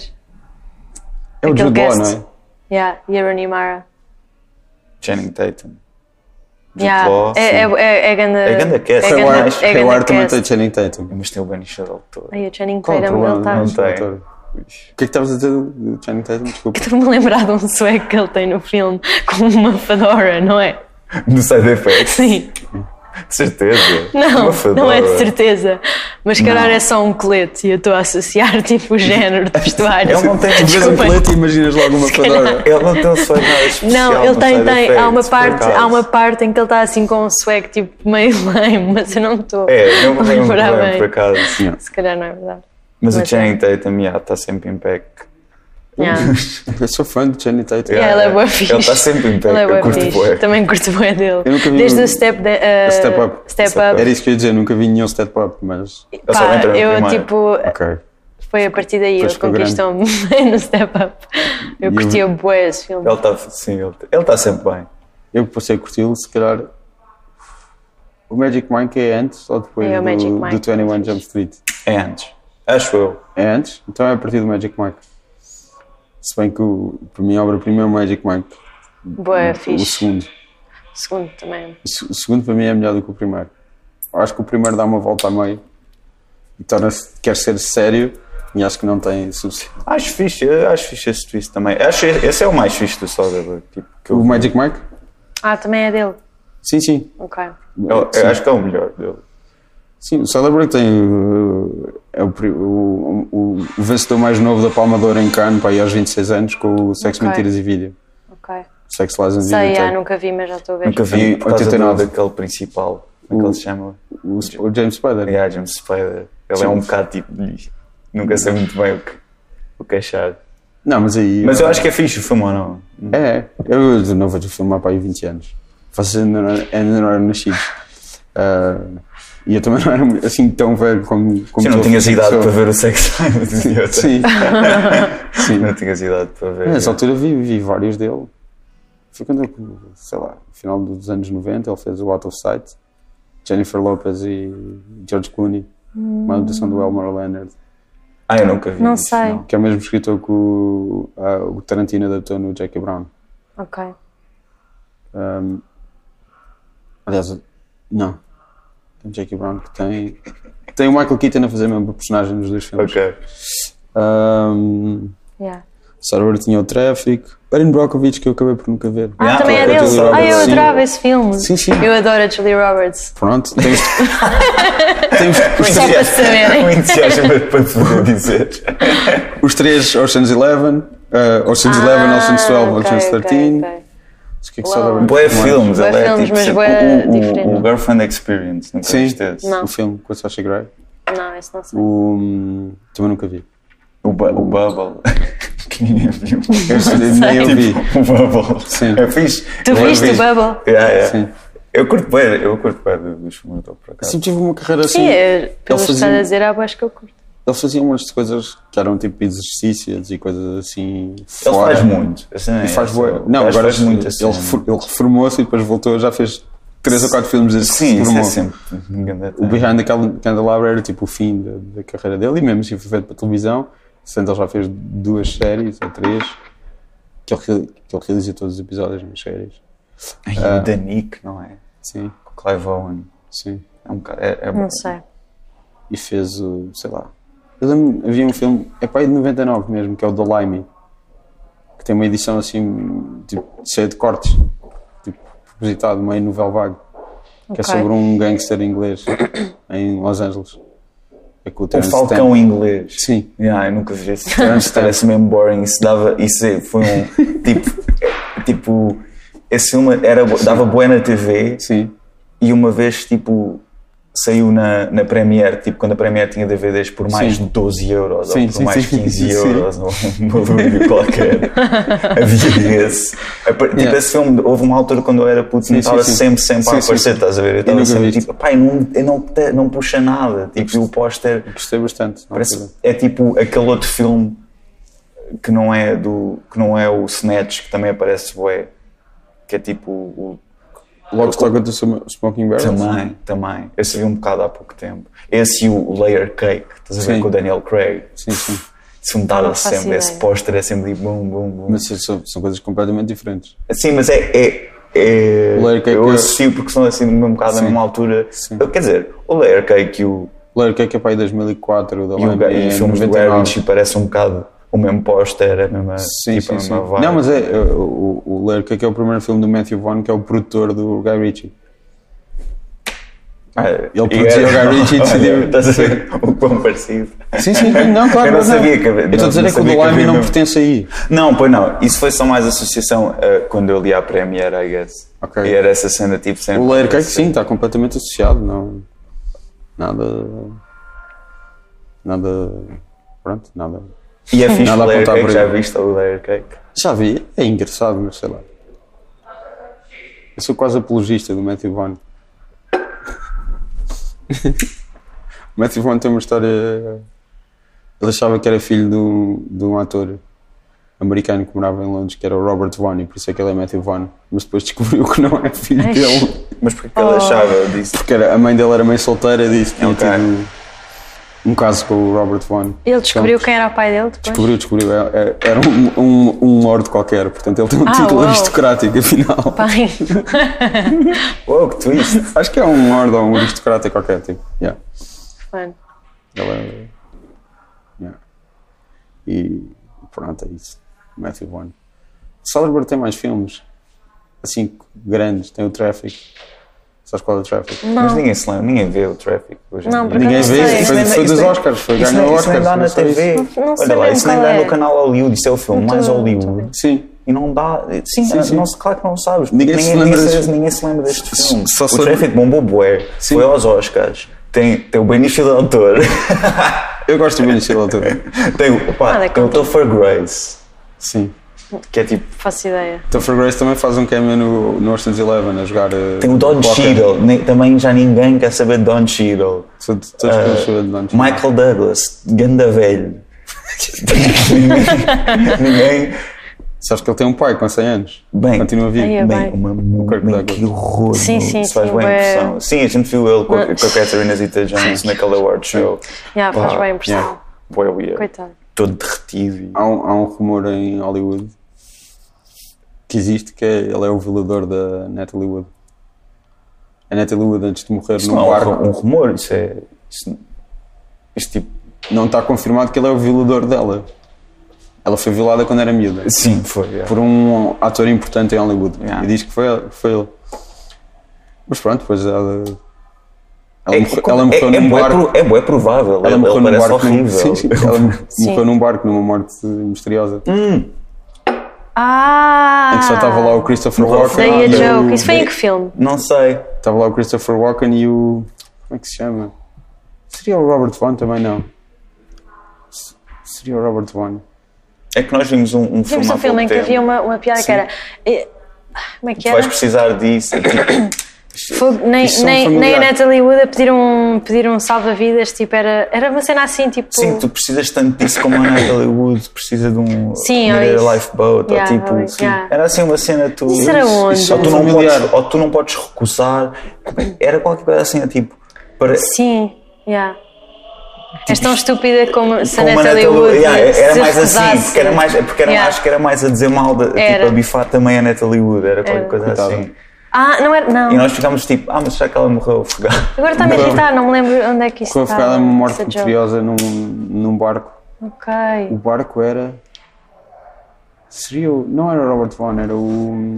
É o Aquele Jude Law, não cast. é? Yeah, e a Rooney Mara. Channing Tatum. Jude Yeah. Law, é, é, sim. é, é ganda. É ganda cast. É ganda, Hayward- Hayward, é ganda Hayward um também cast. tem Channing Tatum. Mas tem o Ben Shadow todo. Ai, o Channing Qual outro Tatum, lado? ele tá- está. Não tá- Não tem. Doutor. O que é que estavas a dizer do- do Channing Tatum? Desculpa. Estou-me a lembrar de um swag que ele tem no filme com uma fedora, não é? No Side Effects. Sim. De certeza. Não, Uma fedora. não é de certeza. Mas calhar é só um colete e eu estou a associar tipo o género É de vestuário. Ele não tem- Tu vês um Desculpa. colete e imaginas logo uma fedora. Ele não tem um sonho nada especial. Não, ele no tem, Side tem. Há uma, Effects, por parte, há acaso. uma parte em que ele está assim com um swag tipo meio lame, mas eu não estou É, não me a lembro lembrar bem, bem. por acaso. Se calhar não é verdade. Mas o Mas Channing Tatum, yeah, está sempre em pack. Yeah. Eu sou fã de Channing Tatum. Yeah, ele é boa fixe. Ele está sempre em Ele pack, é eu bué curto fixe. bué. Também curto bué dele. Eu nunca vi Desde um- o step, de- eh, Step Up. Step Step Up. Up. Era isso que eu ia dizer, nunca vi nenhum step up, mas. Eu só Pá, entrei no eu primeiro. tipo, Ok. foi a partir daí, Depois ele ficou grande. conquistou-me no Step Up. Eu E curtia bué esse filme. Ele está, sim, ele ele está sempre bem. Eu passei a curti-lo, se calhar. O Magic Mike é antes ou depois É, o do, Magic do Mike. 21 Jump Street? É antes. Acho eu. É antes? Então é a partir do Magic Mike. Se bem que o, para mim a obra-prima é o Magic Mike. Bué O fixe. segundo. Segundo também. O se- o segundo para mim é melhor do que o primeiro. Eu acho que o primeiro dá uma volta a meio e torna-se, quer ser sério e acho que não tem suficiente. Acho fixe, eu acho fixe esse twist também. Acho e- esse é o mais fixe do Soderbergh. Tipo, que eu, O Magic Mike? Ah, também é dele. Sim, sim. Ok. eu- eu Sim. acho que é o melhor dele. Sim, o Soderbergh tem uh, é o, pri- o, o, o vencedor mais novo da Palma de Ouro em Cannes, para aí aos 26 anos, com o Sexo, Ok. Mentiras e Vídeo. Ok. Sexo, Lies and Sei, ah, Videotape. nunca vi, mas já estou a ver. Nunca vi Em por causa 89. do, daquele principal. Como é que ele se chama? O, o James Spider. Yeah, James Spider. Ele é um bocado tipo. "Ih, Nunca sei muito bem o que, o que achar. Não, mas aí... Mas eu acho que é fixe o filme ou não? É, eu de novo vejo o filme há para aí 20 anos. Vocês ainda não, ainda não eram nascidos. Ah, e eu também não era assim tão velho como... como Se não tu tinhas sou. idade para ver o Sex Lies and Videotape. Sim. tipo, Não tinhas idade para ver. Nessa altura vi, vi vários dele. Foi quando, ele, sei lá, no final dos anos 90, ele fez o Out of Sight. Jennifer Lopez e George Clooney. Uma adaptação do Elmer Leonard. Ah, eu nunca vi. Não isso, sei. Que é o mesmo escritor que o, ah, o Tarantino adaptou no Jackie Brown. Ok. Um, aliás, não. Tem o Jackie Brown que tem... Tem o Michael Keaton a fazer mesmo o personagem nos dois filmes. Ok. Um, Yeah. Sarver tinha o Traffic. Erin Brockovich, que eu acabei por nunca ver. Ah, Yeah, também é ok. dele. Julia Ah, eu Roberts. adorava esse filme. Sim, sim. Eu adoro a Julie Roberts. Pronto, temos, temos os, Só para saberem. O entusiasmo um para poder dizer. os três Ocean's Eleven, uh, Ocean's Eleven, Ocean's 12, Ah, ok, Ocean's 13. ok, ok. Acho que é que Uau. Soderbergh Boé tem mais. filmes, Bué ele é filmes, tipo mas sempre bué o- o- diferente. O Girlfriend Experience, nunca Sim. viste esse. Não. O Um filme com a Sasha Grey. Não, isso não sei. O, hum, também nunca vi. O, bu- o Bubble. que ninguém viu. Tipo, Esse nem eu vi. O Bubble. Sim. É fixe. Tu Eu viste o vi. Bubble? Yeah, yeah. Sim. Eu curto bem, eu curto bem do- dos filmes dele, por acaso. Sempre tive uma carreira assim. Sim, é, pelo que fazia- estás a dizer, ah, acho que eu curto. Ele fazia umas coisas que eram tipo exercícios e coisas assim. Ele fora. faz muito. Assim, E faz é, boa. ele Não, agora faz muito assim. ele, refor- ele reformou-se e depois voltou, já fez três ou quatro filmes desde que se Sim, isso é reformou. sempre. um grande O atalho. Behind the Cal- Candelabra era tipo o fim da, da carreira dele, e mesmo assim foi feito para televisão. Sandel já fez duas séries ou três, que ele, real- que ele realiza todos os episódios nas séries. Ai, Ah. o Danick, não é? Sim, Com o Clive Owen. sim. É um bocado. É, é bom. Não sei. E fez o, sei lá. Eu lembro, havia um filme, é para aí de 99 mesmo, que é o The Limey, que tem uma edição assim, tipo, cheia de cortes, tipo, propositado, meio novel vago, que Ok. é sobre um gangster inglês em Los Angeles. É com o O Terence Falcão Stamp. inglês. Sim. Yeah, eu nunca vi esse Terence Stamp. Parece mesmo boring. Isso, dava, isso é- foi um. tipo. é, tipo. Esse filme era, dava boa na TV Sim. e uma vez, tipo. Saiu na, na Premiere, tipo, quando a Premiere tinha DVDs por mais Sim. de 12 euros Sim, ou por sim, mais sim. 15 Sim. euros, ou um barulho qualquer. Havia esse. A par- Tipo, Yeah. esse filme, houve uma altura quando eu era puto, Sim, não sim, estava sim. sempre, sempre Sim, a sim, aparecer, sim. estás a ver? Eu Eu estava nunca sempre vi. tipo, pai, não, eu não, te- não puxa nada. Tipo, e o póster Gostei bastante. na Parece- altura. é tipo aquele outro filme que não é do que não é o Snatch que também aparece bué, que é tipo o Logo toca do Sm- Smoking Barrels. também, também. Esse vi um bocado há pouco tempo. Esse e o o Layer Cake, estás a ver Sim. com o Daniel Craig. Sim, sim. Se me Não dava faço sempre, esse ideia. póster é sempre de bum, bum, bum. Mas são, são coisas completamente diferentes. Sim, mas é. é, é- O Layer Cake eu é- associo porque são assim no mesmo bocado, na Sim. mesma altura. Sim. Quer dizer, o Layer Cake e o, Claro, que é que é para aí 2004 da e o, Lime, e é os filmes do Guy Ritchie parecem um bocado o mesmo póster, a mesma, tipo, Sim, a sim, sim. mesma vibe. Não, mas é, é, o, o Lair Cake é o primeiro filme do Matthew Vaughn, que é o produtor do Guy Ritchie. Ah, Ele e produziu era- o Guy Ritchie e decidiu- Olha, Estás a ver o quão parecido. Sim, sim, não, claro. Eu não mas é. sabia que Eu havia- estou a dizer não é que o sabia que do Lime havia não mesmo. pertence aí. Não, pois não. Isso foi só mais associação ah, quando eu li a Premiere, I guess. Ok. E era essa cena tipo sempre. O Lair Cake, sim, está completamente associado, não. Nada. Nada. Pronto, nada. E é fixe Nada o a Layer apontar Cake, por já aí. viste o Layer Cake? Já vi, é engraçado, mas sei lá. Eu sou quase apologista do Matthew Vaughn. o Matthew Vaughn tem uma história. Ele achava que era filho de um, de um ator americano que morava em Londres, que era o Robert Vaughn, e por isso é que ele é Matthew Vaughn. Mas depois descobriu que não é filho Ai. dele. Mas porque que Oh. ele achava disso? Porque era- a mãe dele era mãe solteira, disse que tinha Ok. tido um caso com o Robert Vaughn. É Ele descobriu quem era o pai dele depois? Descobriu, descobriu. É- é- Era um, um, um lord qualquer, portanto ele tem um Ah, título uau. aristocrático, afinal. Pai. Uou, que twist! Acho que é um lord ou um aristocrata qualquer, tipo. Yeah. Mano, Ele é. Yeah. E pronto, é isso. Matthew Vaughn. Celebrate tem mais filmes. Assim, grandes. Tem o Traffic. Sabes qual é o Traffic? Mas ninguém se lembra, ninguém vê o traffic hoje em Não, dia. por acaso Ninguém não vê. sei. Foi, foi dos Oscars. Foi Isso ganhou nem, Oscars. isso nem dá foi na só isso. TV. Não- não sei Olha lá, bem isso nem qual dá é. no canal Hollywood, isso é o filme Não mais tô- não tô Hollywood. bem. Sim. E não dá. Sim, sim. Não, se- claro que não sabes. Ninguém se lembra ninguém, deste- ninguém se lembra deste S- filme. só o se lembra- Traffic bombou bué. Sim. Foi aos Oscars. Tem, tem o Benício do Autor. Eu gosto do Benicio Del Toro. tem, o- opá, Nada tem o contra. Topher Grace. Sim. Que é tipo. faço ideia. Topher Grace também faz um cameo no, no Ocean's Eleven a jogar. eh, Tem o Don poker. Cheadle. Nem- também já ninguém quer saber de Don Cheadle. Sou de- todos Ah, que eu sou de Don Cheadle. Michael Douglas. Ganda velho. ninguém, ninguém- Sabes que ele tem um pai com 100 anos. Bem. Continua vivo. Ai, eu- Bem, bem. uma, Kirk bem, Douglas. que horror. É, Sim, meu. sim, Isso faz sim, bem bué. impressão. Sim, a gente viu ele com a, Não. com a Catherine Zeta-Jones naquele award show. Já, faz Pá, bem a impressão. Ah, yeah. Bué weird. Coitado. Todo derretido. Há um, há um rumor em Hollywood que existe que é, ele é o violador da Natalie Wood. A Natalie Wood, antes de morrer Isso num não é barco, um, rumor, isso é. Isso, isso tipo. não está confirmado que ele é o violador dela. Ela foi violada quando era miúda. Sim, foi. é. yeah. por um ator importante em Hollywood. Yeah. E diz que foi, ele- que foi ele. Mas pronto, depois ela. Ela, É, morre- é, ela morreu é, num bué barco. pro- é bué provável. ela morreu num parece barco. num- horrível. Sim, sim, ela morreu Sim. num barco, numa morte misteriosa. Ah! Em que só estava lá o Ah, Christopher Morreu Walken. afogada. Daí a e o- joke. Isso foi em que filme? Não sei. Estava lá o Christopher Walken e o. Como é que se chama? Seria o Robert Vaughn também não. S- Seria o Robert Vaughn. É que nós vimos um, um filme Vimos há um filme em que pouco havia tempo. uma, uma piada que era. eh, Como é que Tu era? vais precisar disso. e, tipo, Fogo, nem, Isso é um nem, nem a familiar. Natalie Wood a pedir um, pedir um salva-vidas, tipo, era, era uma cena assim, tipo. Sim, tu precisas tanto disso como a Natalie Wood precisa de um Sim, de ou ir a isso. lifeboat. Yeah, ou tipo, ou isso, yeah. era assim uma cena tu. Isso era onde? Ou tu, não Familiar. podes, ou tu não podes recusar. Era qualquer coisa assim, é tipo. Para, Sim, yeah. És tão estúpida como se a com uma Natalie Tipo, Wood. Natalie- Yeah, se era mais assim, recusasse. porque era mais, porque era, Yeah. acho que era mais a dizer mal, de, tipo Era. a bifar também a Natalie Wood, era qualquer Era. coisa Coitada. assim. Ah, não era. Não. E nós ficámos tipo, ah, mas será que ela morreu afogada? Agora está-me a Não. irritar, não me lembro onde é que isso Foi está. afogada numa morte essa joke. misteriosa num, num barco. O Ok. barco era. Seria o. Não era o Robert Vaughn, era o.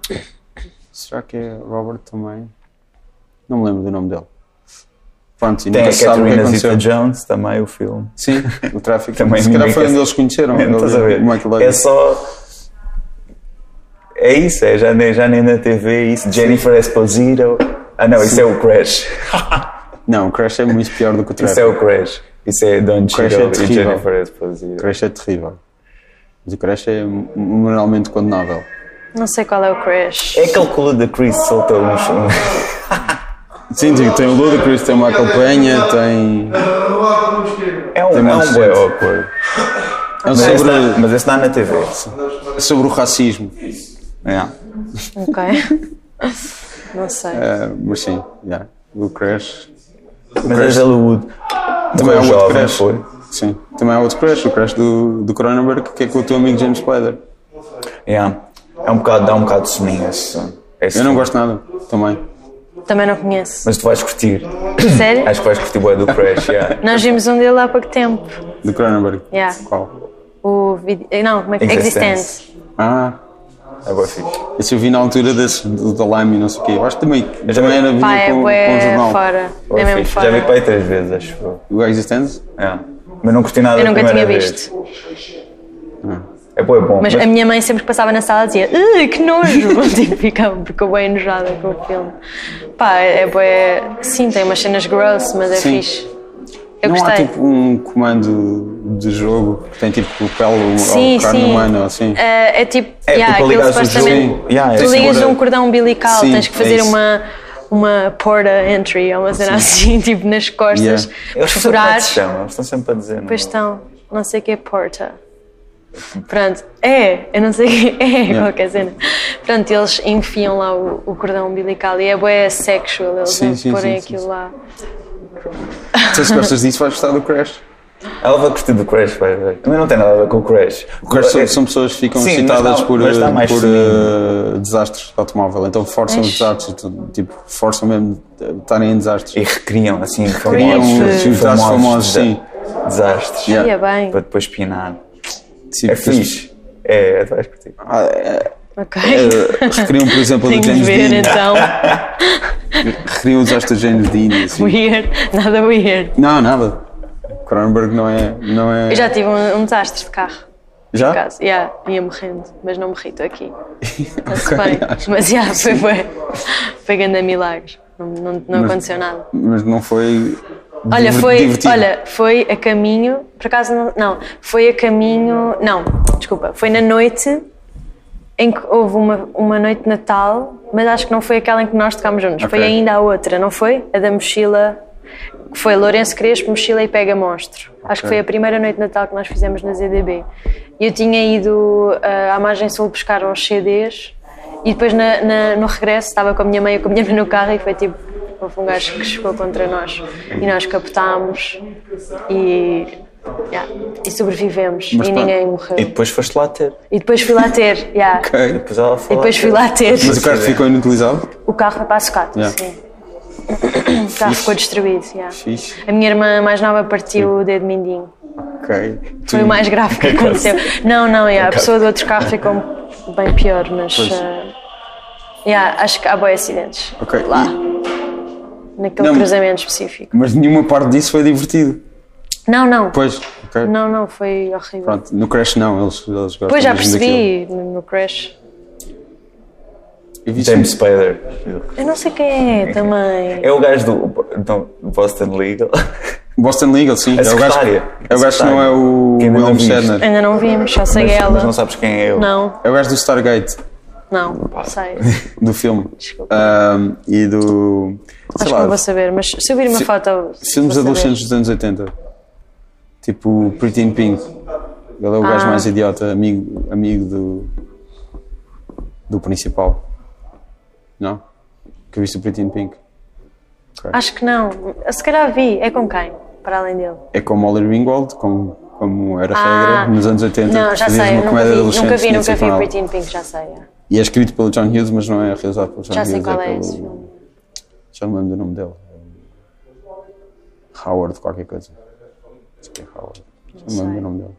Será que é Robert também? Não me lembro do nome dele. Pronto, e Tem nunca a se sabe o que Catherine aconteceu. Zeta-Jones também, o filme. Sim, o tráfico. Também Então, se calhar ninguém foi quer- onde eles se conheceram. Não estás a ali, ver? como é que lá- É só. É isso, é já nem, já nem na TV, isso. Jennifer Esposito. Ah não, isso é o Crash. Não, o Crash é muito pior do que o Isso tráfico. é o Crash. Isso é Don Crash é Cheadle e terrível. Jennifer Esposito. O Crash é terrível. Mas o Crash é m- moralmente condenável. Não sei qual é o crush. É aquele culo da Chris soltou uns. uns- Sim, digo, tem o Ludacris, tem o Michael Penha, tem. É um, é muito um boy jeito. awkward. É um Mas esse dá- sobre, Mas esse dá na TV. sobre o racismo. Yeah. Ok. Não sei. Eh, mas sim, yeah. o Crash. Mas é de Hollywood. Também é Também é outro jovem, Crash. foi. Sim, também há outro Crash, o Crash do, do Cronenberg, que é com o teu amigo James Spider. Yeah. É um bocado, dá um bocado de soninho esse, esse Eu não filme. gosto nada, também. Também não conheço. Mas tu vais curtir. Sério? Acho que vais curtir boa do Crash, yeah. Nós vimos um dele há pouco tempo. Do Cronenberg. Yeah. Qual? O vídeo. Não, como é que. Existence. Existente. Ah, É boa fixe. esse eu vi na altura desse, do, da Lime e não sei o quê. Eu acho que também, Eu já também vi. era vinha Pá, é com, com o bué jornal. fora. Boa É mesmo fixe. Já fora. vi para aí três vezes, acho eu. O Existence? É. Mas não curti nada Eu da nunca primeira tinha vez. visto. É pô, é bom. Mas Mas, a minha mãe sempre que passava na sala dizia "Ih, que nojo! tipo, ficava, ficou bem enojada com o filme. Pá, é bué... Sim, tem umas cenas gross, mas é Sim. fixe. Eu não gostei. há tipo um comando de jogo que tem tipo pele ou- Sim, ou carne sim. humana ou assim? É, é tipo, É, yeah, tu para aquilo ligares o supostamente- jogo- Yeah, é tu assim, ligas agora- um cordão umbilical, Sim, tens que é fazer isso. uma, uma porta entry, ou uma cena assim, tipo nas costas, Yeah. eles estão sempre furar, a dizer, eles estão sempre a dizer. depois estão, não sei o que é porta. Pronto, é, eu não sei o que é, qualquer cena. Pronto, eles enfiam lá o, o cordão umbilical e é bué sexual, eles Sim, sim, porem sim, sim, aquilo sim. lá. Tu se gostas disso vais gostar do Crash. tá. Ela vai curtir do Crash, vai ver. Também não tem nada a ver com o Crash. O Crash são, são pessoas que ficam Sim, mas excitadas dá- por, mas dá mais por feminino. eh, desastres de automóvel, então forçam os Mas- desastres, tu- tipo, forçam mesmo a estarem em desastres. E recriam, assim, Criam famosos. os Sim, desastres famosos, desa- sim. Desastres. Yeah. E é bem, Para depois pinar. Sim, É porque- fixe. É, tu vais curtir. Ah, é, ok. é, recriam, por exemplo, o do Tenho de James ver Dean. então, Recriam o desastre do James Dean. Assim. weird, nada weird. Não, nada. Cronenberg não é. Não é... Eu já tive um- um desastre de carro. Já? caso. Yeah, ia morrendo, mas não morri, estou aqui. Está-se Ok, bem. acho Mas yeah, foi bué. Foi grande milagre. Não, não, não aconteceu nada. Mas não foi. Olha, diver- foi, divertido. olha, foi a caminho. Por acaso não. Não, foi a caminho. Não, desculpa. Foi na noite em que houve uma, uma noite de Natal, mas acho que não foi aquela em que nós tocámos juntos. Foi Ok. ainda a outra, não foi? A da mochila. que Foi Lourenço Crespo, Mochila e Pega Monstro. Acho que Ok. foi a primeira noite de Natal que nós fizemos na ZDB. E Eu tinha ido ah, à Margem Sul buscar uns CDs e depois na- na- no regresso estava com a minha mãe e com a minha mãe no carro e foi tipo. Houve um gajo que chegou contra nós e nós captámos e, yeah, e sobrevivemos Mas e pronto. ninguém morreu. E depois foste lá ter. E depois fui lá ter. yeah. Ok. Depois ela E foi depois fui lá ter. Mas o carro ficou inutilizado? O carro foi para a sucata, Yeah. sim. O carro ficou destruído, yeah. Fixe. A minha irmã mais nova partiu o dedo mindinho. Ok. Foi o mais grave que aconteceu. Não, não, yeah, a pessoa do outro carro ficou bem pior, mas. eh, yeah, acho que há boi acidentes. Ok. Lá, E- naquele Não, mas- cruzamento específico. mas nenhuma parte disso foi divertido. Não, não. Pois, ok. Não, não, foi horrível. Pronto, no Crash não, eles, eles gostam Depois já mesmo daquilo. percebi no no crash. Eu vi James sempre- Spider. Eu não sei quem é também. É o gajo do não, Boston Legal. Boston Legal, sim. A é o gajo, secretária. é o gajo que não é o Quem ainda não William viste. Shatner. Ainda não vimos, só sei Mas, ela. mas não sabes quem é eu. Não, É o gajo do Stargate, não, sei. do filme. Desculpa. Ahm, e do. Sei Acho que não lá, vou saber, mas se eu vir uma fi- foto. filmes vou saber. adolescentes dos anos 80. Tipo Pretty in Pink. Ele é o gajo Ah. mais idiota, amigo, amigo do. do principal. Não? Que eu viste o Pretty in Pink. Acho que não. Se calhar vi. É com quem? Para além dele. É com Molly Ringwald, como, como era Ah. regra nos anos 80. Não, já Então, fazias sei. uma Nunca comédia vi, adolescente, nunca vi, tinha de ser nunca com vi ela. Pretty in Pink, já sei. é. E é escrito pelo John Hughes, mas não é realizado pelo John Já Hughes. sei qual é pelo- esse filme. Já não me lembro do nome dele. Howard, qualquer coisa. Acho que é Howard. Já não me lembro sei. do nome dele.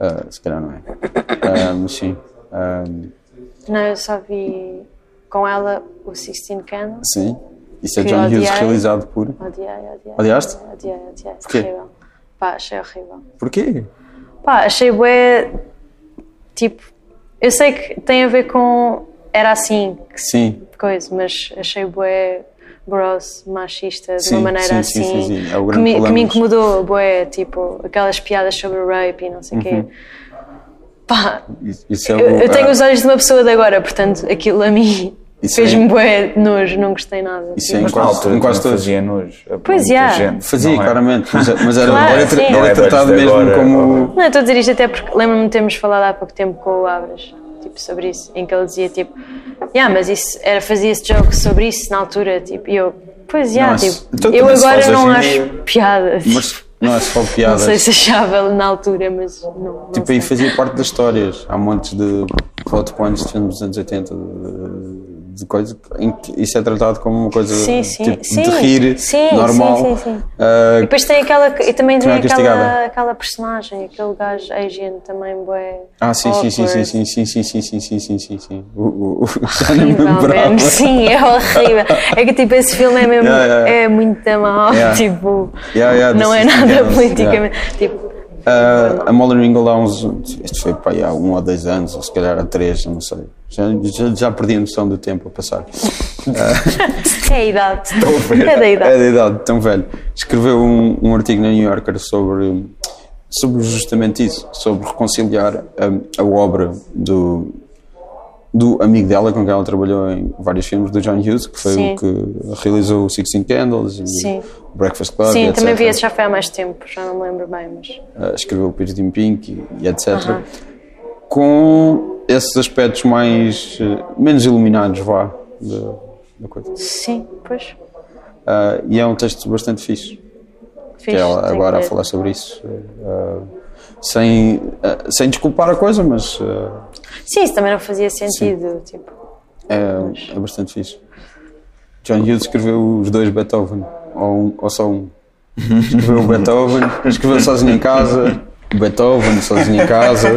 Ah, se calhar não é. Ah, mas sim. Ah, Não, eu só vi com ela o Sixteen Candles sim. Isso é Que John Hughes odiei. realizado por. Odiei, odiei. Odiaste? Odiei, odiei. Porquê? Horrível. Pá, achei horrível. Porquê? Pá, achei bué, tipo, eu sei que tem a ver com, era assim, que se- Sim. coisa, mas achei bué gross, machista, de Sim, uma maneira sim, sim, assim, sim, sim. É o que, grande me, que problema me dos- incomodou, bué, tipo, aquelas piadas sobre rape e não sei o quê. Pá, Isso- Isso é o, eu, eu tenho Uhum. ah, os olhos de uma pessoa de agora, portanto, aquilo a mim Isso é- fez-me bué nojo, não gostei nada. tipo. Isso é Mas na Quase- altura quase quase todos. fazia nojo. a Pois muita é. gente, Fazia, não é? claramente, mas, mas era, Claro, era, tra- sim. era Não é tratado basta mesmo agora, como. Não, eu estou a dizer isto até porque lembro-me de termos falado há pouco tempo com o Abras tipo, sobre isso, em que ele dizia tipo, yeah, mas isso era, fazia esse jogo sobre isso na altura, tipo, e eu, pois yeah, Não, isso- tipo, então eu também se agora faz não hoje em acho dia. piada. Mas não é só não sei piadas. se achava na altura, mas não. não Tipo, sei. aí fazia parte das histórias. Há montes de plot points de filmes dos anos 80, de, de coisa em que isso é tratado como uma coisa Sim, sim, tipo, sim. de rir, Sim, normal. sim, sim, sim. Ah, E depois tem aquela. que- E também tem não é castigada. aquela, aquela personagem, aquele gajo Asian também, bué. ah, sim, sim, sim, sim, awkward. sim, sim, sim, sim, sim, sim, sim, sim, sim. O- o- o- Já nem me Horrível lembrava. mesmo, sim, é horrível. É que tipo, esse filme é mesmo, Yeah, yeah. é muito mal, Yeah. tipo, Yeah, yeah, não this é is nada ridiculous, politicamente, tipo, Ah, a Molly Ringwald há uns. Isto foi pá, há um ou dois anos, ou se calhar há três, não sei. Já, já, já perdi a noção do tempo a passar. é a idade, ver. é da É idade. da idade, tão velho. Escreveu um, um artigo na New Yorker sobre, sobre justamente isso, sobre reconciliar hum, a, a obra do, do amigo dela com quem ela trabalhou em vários filmes, do John Hughes, que foi Sim. o que realizou o Sixteen Candles e Sim. o Breakfast Club. e Sim, etc. também vi esse, já foi há mais tempo, já não me lembro bem, mas Uh, escreveu o Pirate in Pink e, e etc. Com esses aspectos mais uh, menos iluminados, vá, da, da coisa. sim, pois, Uh, e é um texto bastante fixe. fiz. que é ela agora a falar sobre isso. uh, sem, uh, sem desculpar a coisa, mas uh, Sim, isso também não fazia sentido, tipo, é, é bastante fixe. John Hughes escreveu os dois Beethoven, ou, um- ou só um. Escreveu o Beethoven, escreveu sozinho em casa, Beethoven sozinho em casa,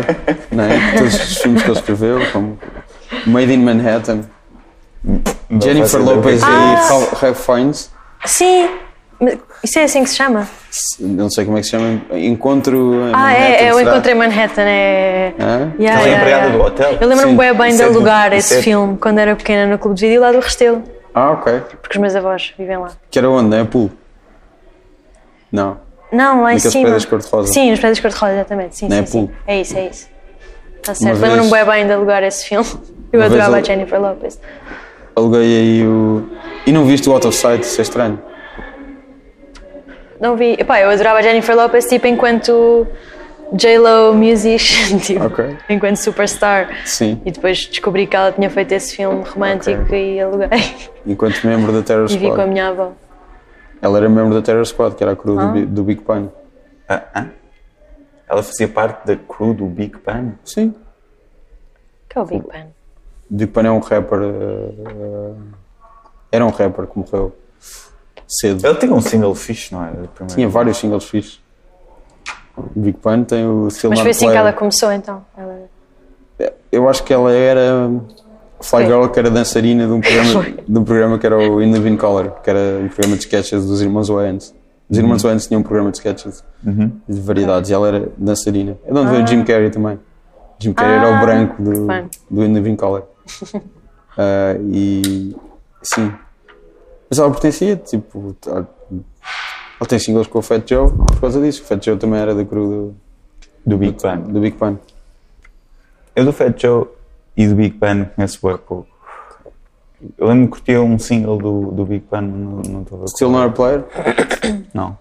né? todos os filmes que ele escreveu, como Made in Manhattan, Não fazia Jennifer ideia o que é Lopez Ah. que e Ralph Fiennes, sim, mas isso é assim que se chama? não sei como é que se chama, Encontro em Ah, Manhattan, é, é, eu será? encontrei Manhattan, é... É? Yeah, Ela é yeah, empregada yeah. do hotel. Eu lembro-me Sim, bué bem isso de é- alugar isso esse é- filme, quando era pequena, no Clube de Vídeo lá do Restelo, Ah, ok. porque os meus avós vivem lá. Que era onde? Em Apple? Não. Não, lá em Naqueles cima. prédios cor-de-rosa. Sim, os prédios cor-de-rosa, exatamente. Sim, Não é sim, sim. pulo? É isso, é isso. Está certo. vez- Lembro-me bem bem de alugar esse filme. Eu Uma vez adorava eu- a Jennifer Lopez. Aluguei aí o. E não viste o Out of Sight, isso é estranho. Não vi. Epá, eu adorava a Jennifer Lopez, tipo, enquanto J-Lo musician, tipo, Ok. enquanto superstar. Sim. E depois descobri que ela tinha feito esse filme romântico e aluguei. Enquanto membro da Terror E vi com a Squad. minha avó. Ela era membro da Terror Squad, que era a crew do, Bi- do Big Pine. Ah, ah? Ela fazia parte da crew do Big Bang. Sim. Que é o Big Ben. Big Pine é um rapper. eh, era um rapper que morreu cedo. Ele tinha um single fixe, não era? Primeiro. Tinha vários singles fixos. O Big Pine tem o Silver Mas foi assim que ela começou, então. Ela... Eu acho que ela era Fly Sim. Girl, que era dançarina de um programa, de um programa que era o In Living Color, que era um programa de sketches dos irmãos Wayans. Os Uhum. irmãos Wayans tinham um programa de sketches de variedades e ela era dançarina. É de onde veio o Jim Carrey também. Jim Carrey era o branco do, bem. do In Living Color. Ah, e sim. Mas ela pertencia, tipo, a- ela tem singles com o Fat Joe por causa disso. O Fat Joe também era da crew Do Big do, Bang. do Big Pan. Eu do Fat Joe e do Big Bang conheço bem pouco. Eu lembro-me que curtia um single do, do Big Bang, mas não estou a ver. Still qual not é. a player? Não.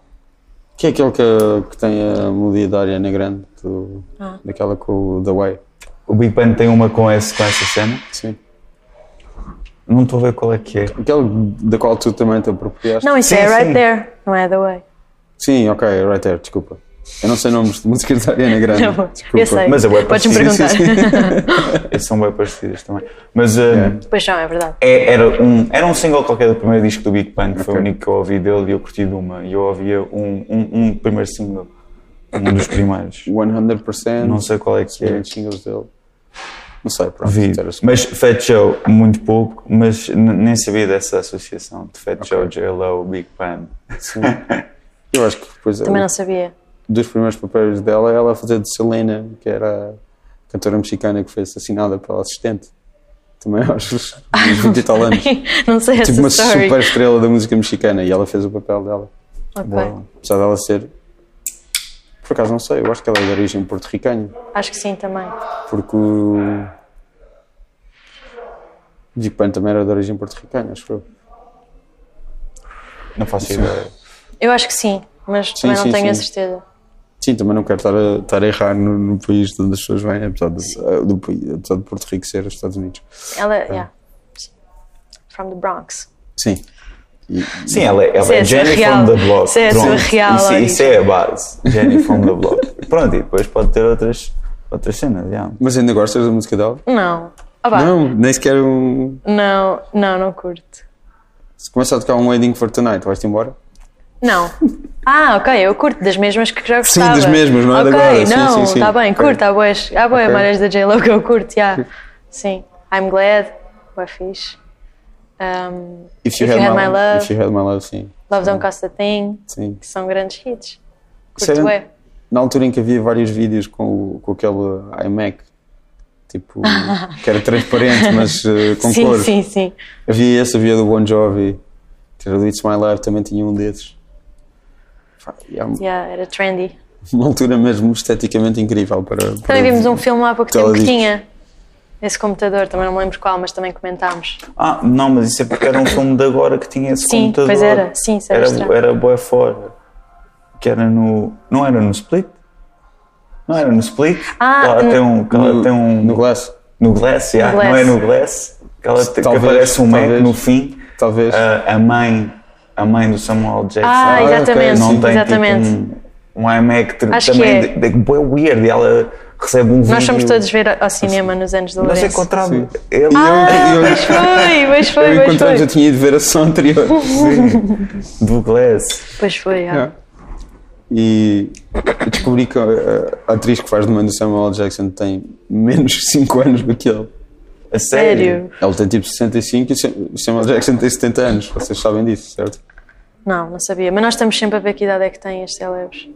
Que é aquele que, que tem a melodia da Ariana Grande, do- Ah. daquela com o The Way. O Big Bang tem uma com, esse, com essa cena. Sim. Não estou a ver qual é que é. Aquela da qual tu também te apropriaste. Não, isso Sim, é Right sim. There, não é The Way. Sim, ok, right there, desculpa. Eu não sei nomes de músicas da Ariana Grande. Não, desculpa. eu sei. Mas é bué Podes-me parecido, perguntar. Esses são bem parecidas também. Mas hum, Pois não, é verdade. é- era, um, era um single qualquer do primeiro disco do Big Bang, que foi o Ok. único que eu ouvi dele e eu curti de uma. E eu ouvia um, um, um primeiro single, um dos primeiros. 100%. Não sei qual é que é. Singles dele. Não sei, pronto. Vi. era só- Mas Fat Show, muito pouco, mas n- nem sabia dessa associação de Fat Show, J-Lo, Big Pam. Eu acho que depois Também não sabia. dos primeiros papéis dela, ela a fazer de Selena, que era a cantora mexicana que foi assassinada pela assistente. Também aos uns 20 e tal anos. não sei essa Tipo uma story. super estrela da música mexicana e ela fez o papel dela. Ok. Boa. Apesar dela ser. Por acaso não sei, eu acho que ela é de origem porto-ricana. Acho que sim também. Porque o. Big Pan também era de origem porto-ricana, acho eu. Não faço ideia. Eu acho que sim, mas também não sim, tenho a sim. certeza. Sim, também não quero estar a, estar a errar no, no país de onde as pessoas vêm, apesar de, eh, do país- apesar de Porto Rico ser os Estados Unidos. Ela, yeah. From the Bronx. Sim. E- Sim, ela, é é- ela é a sua Jenny real. from the Block. Isso é a sua Pronto. real Isso, origem. isso é a base. Jenny from the Block. Pronto, e depois pode ter outras, outras cenas. Yeah. Mas ainda gostas da música dela? Não. Ah, vá. Não, nem sequer um. não, não, não curto. Se começar a tocar um Waiting for Tonight, vais-te embora? Não. Ah, ok, eu curto das mesmas que já Sim, gostava. das mesmas, não é de Ok, agora, sim, não, sim, sim. tá bem, Ok. curto, há boas, há boas Ok. várias da J-Lo que eu curto, yeah. sim. I'm Glad, boa fixe. Um, If You Had My Love. If You Had My Love, sim. Love Don't Cost a Thing, sim. que são grandes hits. Isso Curto, era- é. Na altura em que havia vários vídeos com, o- com aquele iMac, tipo, que era transparente, mas eh, com Sim, cores. sim, sim. Havia esse, havia do Bon Jovi, tinha do It's My Life, também tinha um desses. Pá, e há Yeah, era trendy. uma altura mesmo esteticamente incrível para. para Também vimos um filme há pouco tempo que Telediscos. tinha esse computador, também não me lembro qual, mas também comentámos. Ah, não, mas isso é porque era um filme de agora que tinha esse Sim, computador. pois era. Sim, isso era era, estranho. era bué fora. Que era no. Não era no Split? Não era no Split? Ah, Que ela no- tem um. que ela No, tem um no Glass, no Glass, yeah. No não é Glass. no Glass? Que, ela te- que Talvez, aparece um Mac talvez. no fim. talvez. Ah, a mãe. A mãe do Samuel Jackson. Ah, ela exatamente, Não tem exatamente. Tipo, um, um iMac tr- Acho que também. é. de- de- bué weird. E ela recebe um vídeo. Nós Uhum. fomos todos Ah. ver ao cinema nos anos do Nós Lourenço. encontramos. Sim. Ele, E Assim. eu, Pois foi, pois eu, foi, eu pois encontramos, eu foi. tinha ido ver a sessão anterior. do Glass. Pois foi, ah. Yeah. E eu descobri que a, a atriz que faz de mãe do Samuel L. Jackson tem menos 5 anos do que ele. A Sério? Ele tem tipo 65 e o Sam- o Samuel L. Jackson tem 70 anos. Vocês sabem disso, certo? Não, não sabia. Mas nós estamos sempre a ver que idade é que têm as celebres.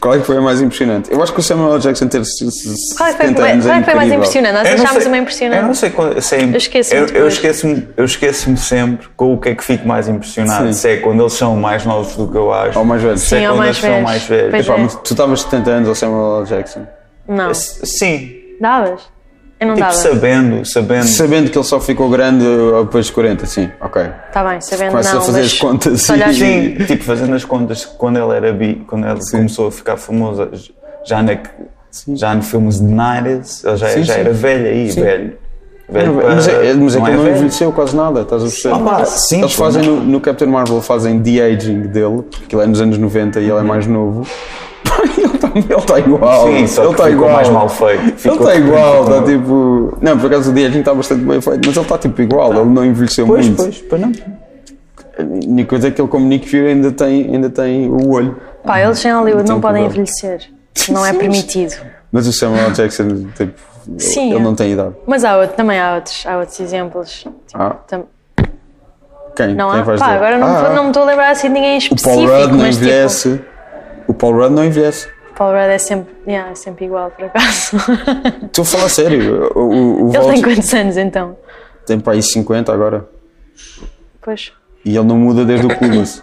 Qual é que foi a mais impressionante? Eu acho que o Samuel L. Jackson ter se- se- Qual é que foi, 70 anos qual é que foi é a mais incrível. impressionante? Nós Eu não achámos sei- uma Eu não impressionante. sei qual se é imp- Eu esqueço-me Eu, eu depois. esqueço-me eu esqueço-me sempre com o que é que fico mais impressionado. Sim. Se é quando eles são mais novos do que eu acho. Ou mais velhos. Se é Sim, ou quando mais eles são velhos. mais velhos. Pois Pá, é. mas tu estavas 70 anos ao Samuel L. Jackson. Não. S- Sim. Davas? Eu não Tipo, dava. sabendo, sabendo. Sabendo que ele só ficou grande uh, depois dos 40, sim, ok. Está Tá bem, sabendo Começas não, a fazer mas as contas se olhares- e- Sim, tipo, fazendo as contas, quando ele era bi, quando ele começou a ficar famoso, já, na, já no filmes de Nares, ele já, Sim, já sim. era velho aí, velho. velho Mas é, mas é não que é ele não velho. envelheceu quase nada, estás a perceber? Ah, pá, sim, Eles pô, fazem no, no Captain Marvel fazem de-aging dele, porque ele é nos anos 90 Uhum. e ele é mais novo. Pá, ele está ele tá igual. Sim, só ele que tá ficou igual. mais mal feito. Ficou- ele está igual, ficou- está tipo. Não, por acaso o de-aging está bastante bem feito, mas ele está tipo igual, ele não envelheceu Pois, muito. pois, pois não. A única coisa é que ele, como Nick Fury, ainda tem, ainda tem o olho. Pá, eles em Hollywood não Então, podem pronto. envelhecer. Não é Sim, permitido. Mas o Samuel L. Jackson, tipo, Sim, ele é. não tem idade. Mas há outro, também há outros, há outros exemplos. Tipo, Ah, tam- quem? Não quem há? faz Pá, dele? agora não, Ah, me- não me estou a lembrar assim de ninguém em O Paul específico, Rudd não mas tipo, envelhece. O Paul Rudd não envelhece. o Paul Rudd é sempre, yeah, é sempre igual, por acaso. Estou a falar sério. O, o, o Ele Vulture tem quantos anos então? tem para aí 50 agora. Pois. E ele não muda desde o Clueless.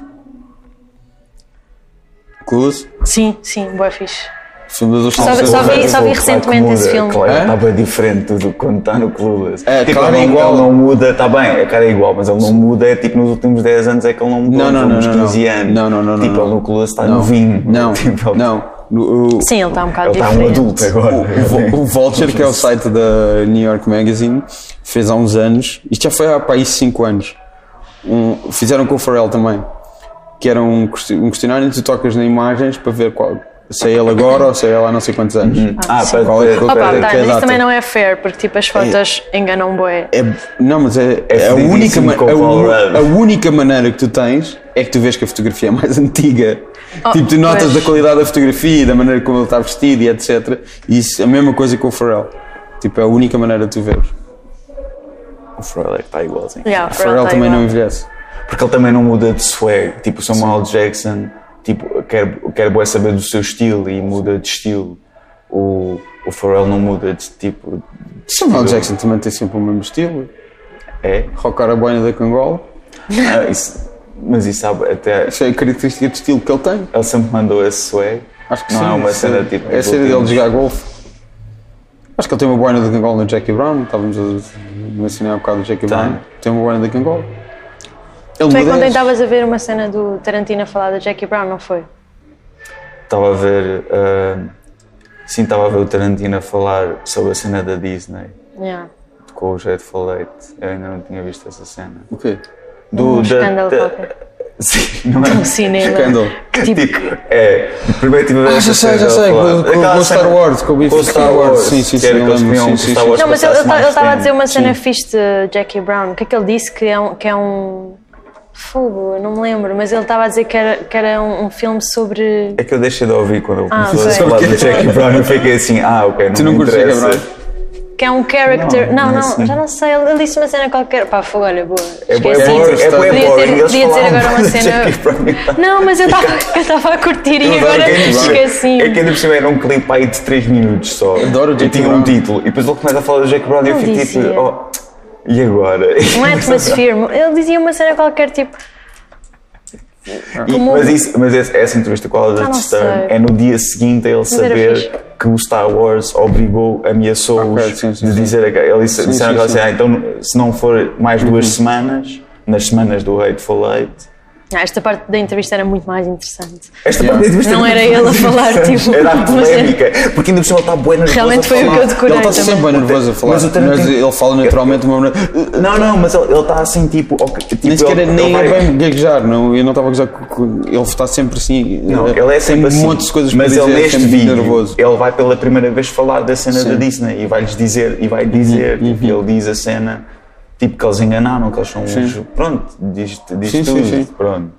Clueless? Sim, sim, boa fixe. Filme dos Só vi- só vi- só vi recentemente esse filme. Claro, Hã? está bem diferente do quando está no Clueless. É, tipo, claro, ele é não- igual. Ele não muda, está bem, a cara é igual, mas ele não muda, é tipo nos últimos 10 anos é que ele não mudou, Não, não, nos não, últimos não, não. 15 anos. Não, não, não, não, Tipo, não. ele no Clueless está Não, novinho. não, tipo, ele- não. No- o- Sim, ele está um bocado Ele tá está um diferente. é adulto agora. O, o Vulture, que é o site da New York Magazine, fez há uns anos, isto já foi há para aí 5 anos, um- fizeram com o Pharrell também, que era um, questi- um questionário em que tu tocas em imagens para ver qual, se é ele agora ou se é ele há não sei quantos anos. Ah, Sim. para, Qual é- para- Opa, Pera, tá, para- que é mas isso data? também não é fair, porque tipo as fotos enganam bué. É, não, mas é, é a, fedidíssimo única, ma- com o a, Paul un- Rudd. a única maneira que tu tens é que tu vês que a fotografia é mais antiga. Oh, tipo, tu notas pois. da qualidade da fotografia, e da maneira como ele está vestido e etc. E isso, a mesma coisa com o Pharrell. Tipo, é a única maneira de tu veres. O Pharrell é que está igualzinho. Yeah, O Pharrell tá também não igual. envelhece. Porque ele também não muda de swag. Tipo, o Samuel Jackson, tipo, quer, quer bué saber do seu estilo e muda de estilo. O, o Pharrell não muda de tipo. Samuel Jackson também tem sempre o mesmo estilo. É? Rocar a boina da cangola. Ah, isso- mas isso sabe, até. Isso é a característica de estilo que ele tem. Ele sempre mandou esse swag. Acho que não sim. é uma isso cena tipo. É a dos cena dele últimos- de jogar golfe. Acho que ele tem uma boina da cangola no Jackie Brown. Estávamos a mencionar há bocado o Jackie Tem. Brown. Tem uma boina da cangola. Ele Tu é quando merece. estavas a ver uma cena do Tarantino a falar da Jackie Brown, não foi? Estava a ver. ah, sim, estava a ver o Tarantino a falar sobre a cena da Disney. Yeah. Com o Jet for Late. Eu ainda não tinha visto essa cena. O quê? Do, Um da- escândalo da- qualquer. Sim, não é? No cinema. Escândalo. Que Tipo, tipo, é, primeiro tive a ver Ah, já essa sei, cena já sei, a falar. com- com- Aquela com o cena- Star Wars, com o bife com o de Star Wars. Sim, sim, que era sim, que eles lembro-me, queriam sim, que o sim, Star sim. Wars Não, mas ele passasse mais estava a dizer tempo. uma cena Sim. fixe de Jackie Brown. O que é que ele disse que é um. Que é um... Fogo, não me lembro, mas ele estava a dizer que era, que era um, um filme sobre. É que eu deixei de ouvir quando eu Ah, comecei a ok. falar do Jackie Brown eu fiquei assim, ah, ok, não Tu não me curtes Jackie interessa. Brown? que é um character. Não, não, Não, não é assim. já não sei, ele ele disse uma cena qualquer. Pá, fogo, olha, boa. É bué Esqueci. boring, é bué Podia boring, ter- eles podia dizer falavam agora uma do cena- Jackie Brown e tal. Não, mas eu estava a curtir e Eu adoro agora é que ainda por cima- esqueci. É que ainda por cima era um clipe aí de 3 minutos só. Adoro o E Jackie tinha um Brown. título. E depois ele começa a falar do Jackie Brown e eu Ele fico disse, é. tipo, oh, e agora? Não é atmosphere, ele dizia uma cena qualquer tipo. E- Como- mas isso- mas essa, essa entrevista com o Ah, Oliver não Stern sei. é no dia seguinte a ele era saber fixe. que o Star Wars obrigou, ameaçou-os Ok, sim, sim, de sim. dizer a ele disse, Sim, disseram sim, que ele disse, sim. Uhum. ah, então se não for mais duas semanas, nas semanas do Hateful Eight. Ah, esta parte da entrevista era muito mais interessante. Esta parte da entrevista Não muito era ele a falar, tipo, Era a mas é- polémica, porque ainda por cima ele está bué nervoso tá Realmente a foi o que falar. eu decorei Ele está também. sempre bem nervoso a falar. Mas Mas, o Tarantino- ele fala naturalmente de uma maneira. Não, não, mas ele ele está assim, tipo... ok, tipo, Nem sequer ele- nem é ele vai- bem gaguejar, não, eu não estava a gozar com- com- Ele está sempre assim. Não, ele é sempre tem assim. um monte de coisas para mas dizer, ele é neste sempre vídeo, nervoso. ele vai pela primeira vez falar da cena da Sim. Uhum, Disney e vai-lhes dizer, e vai dizer, tipo, ele diz a cena, tipo, que eles enganaram, que eles são uns, pronto, diz, diz Sim, sim, tudo, sim. pronto.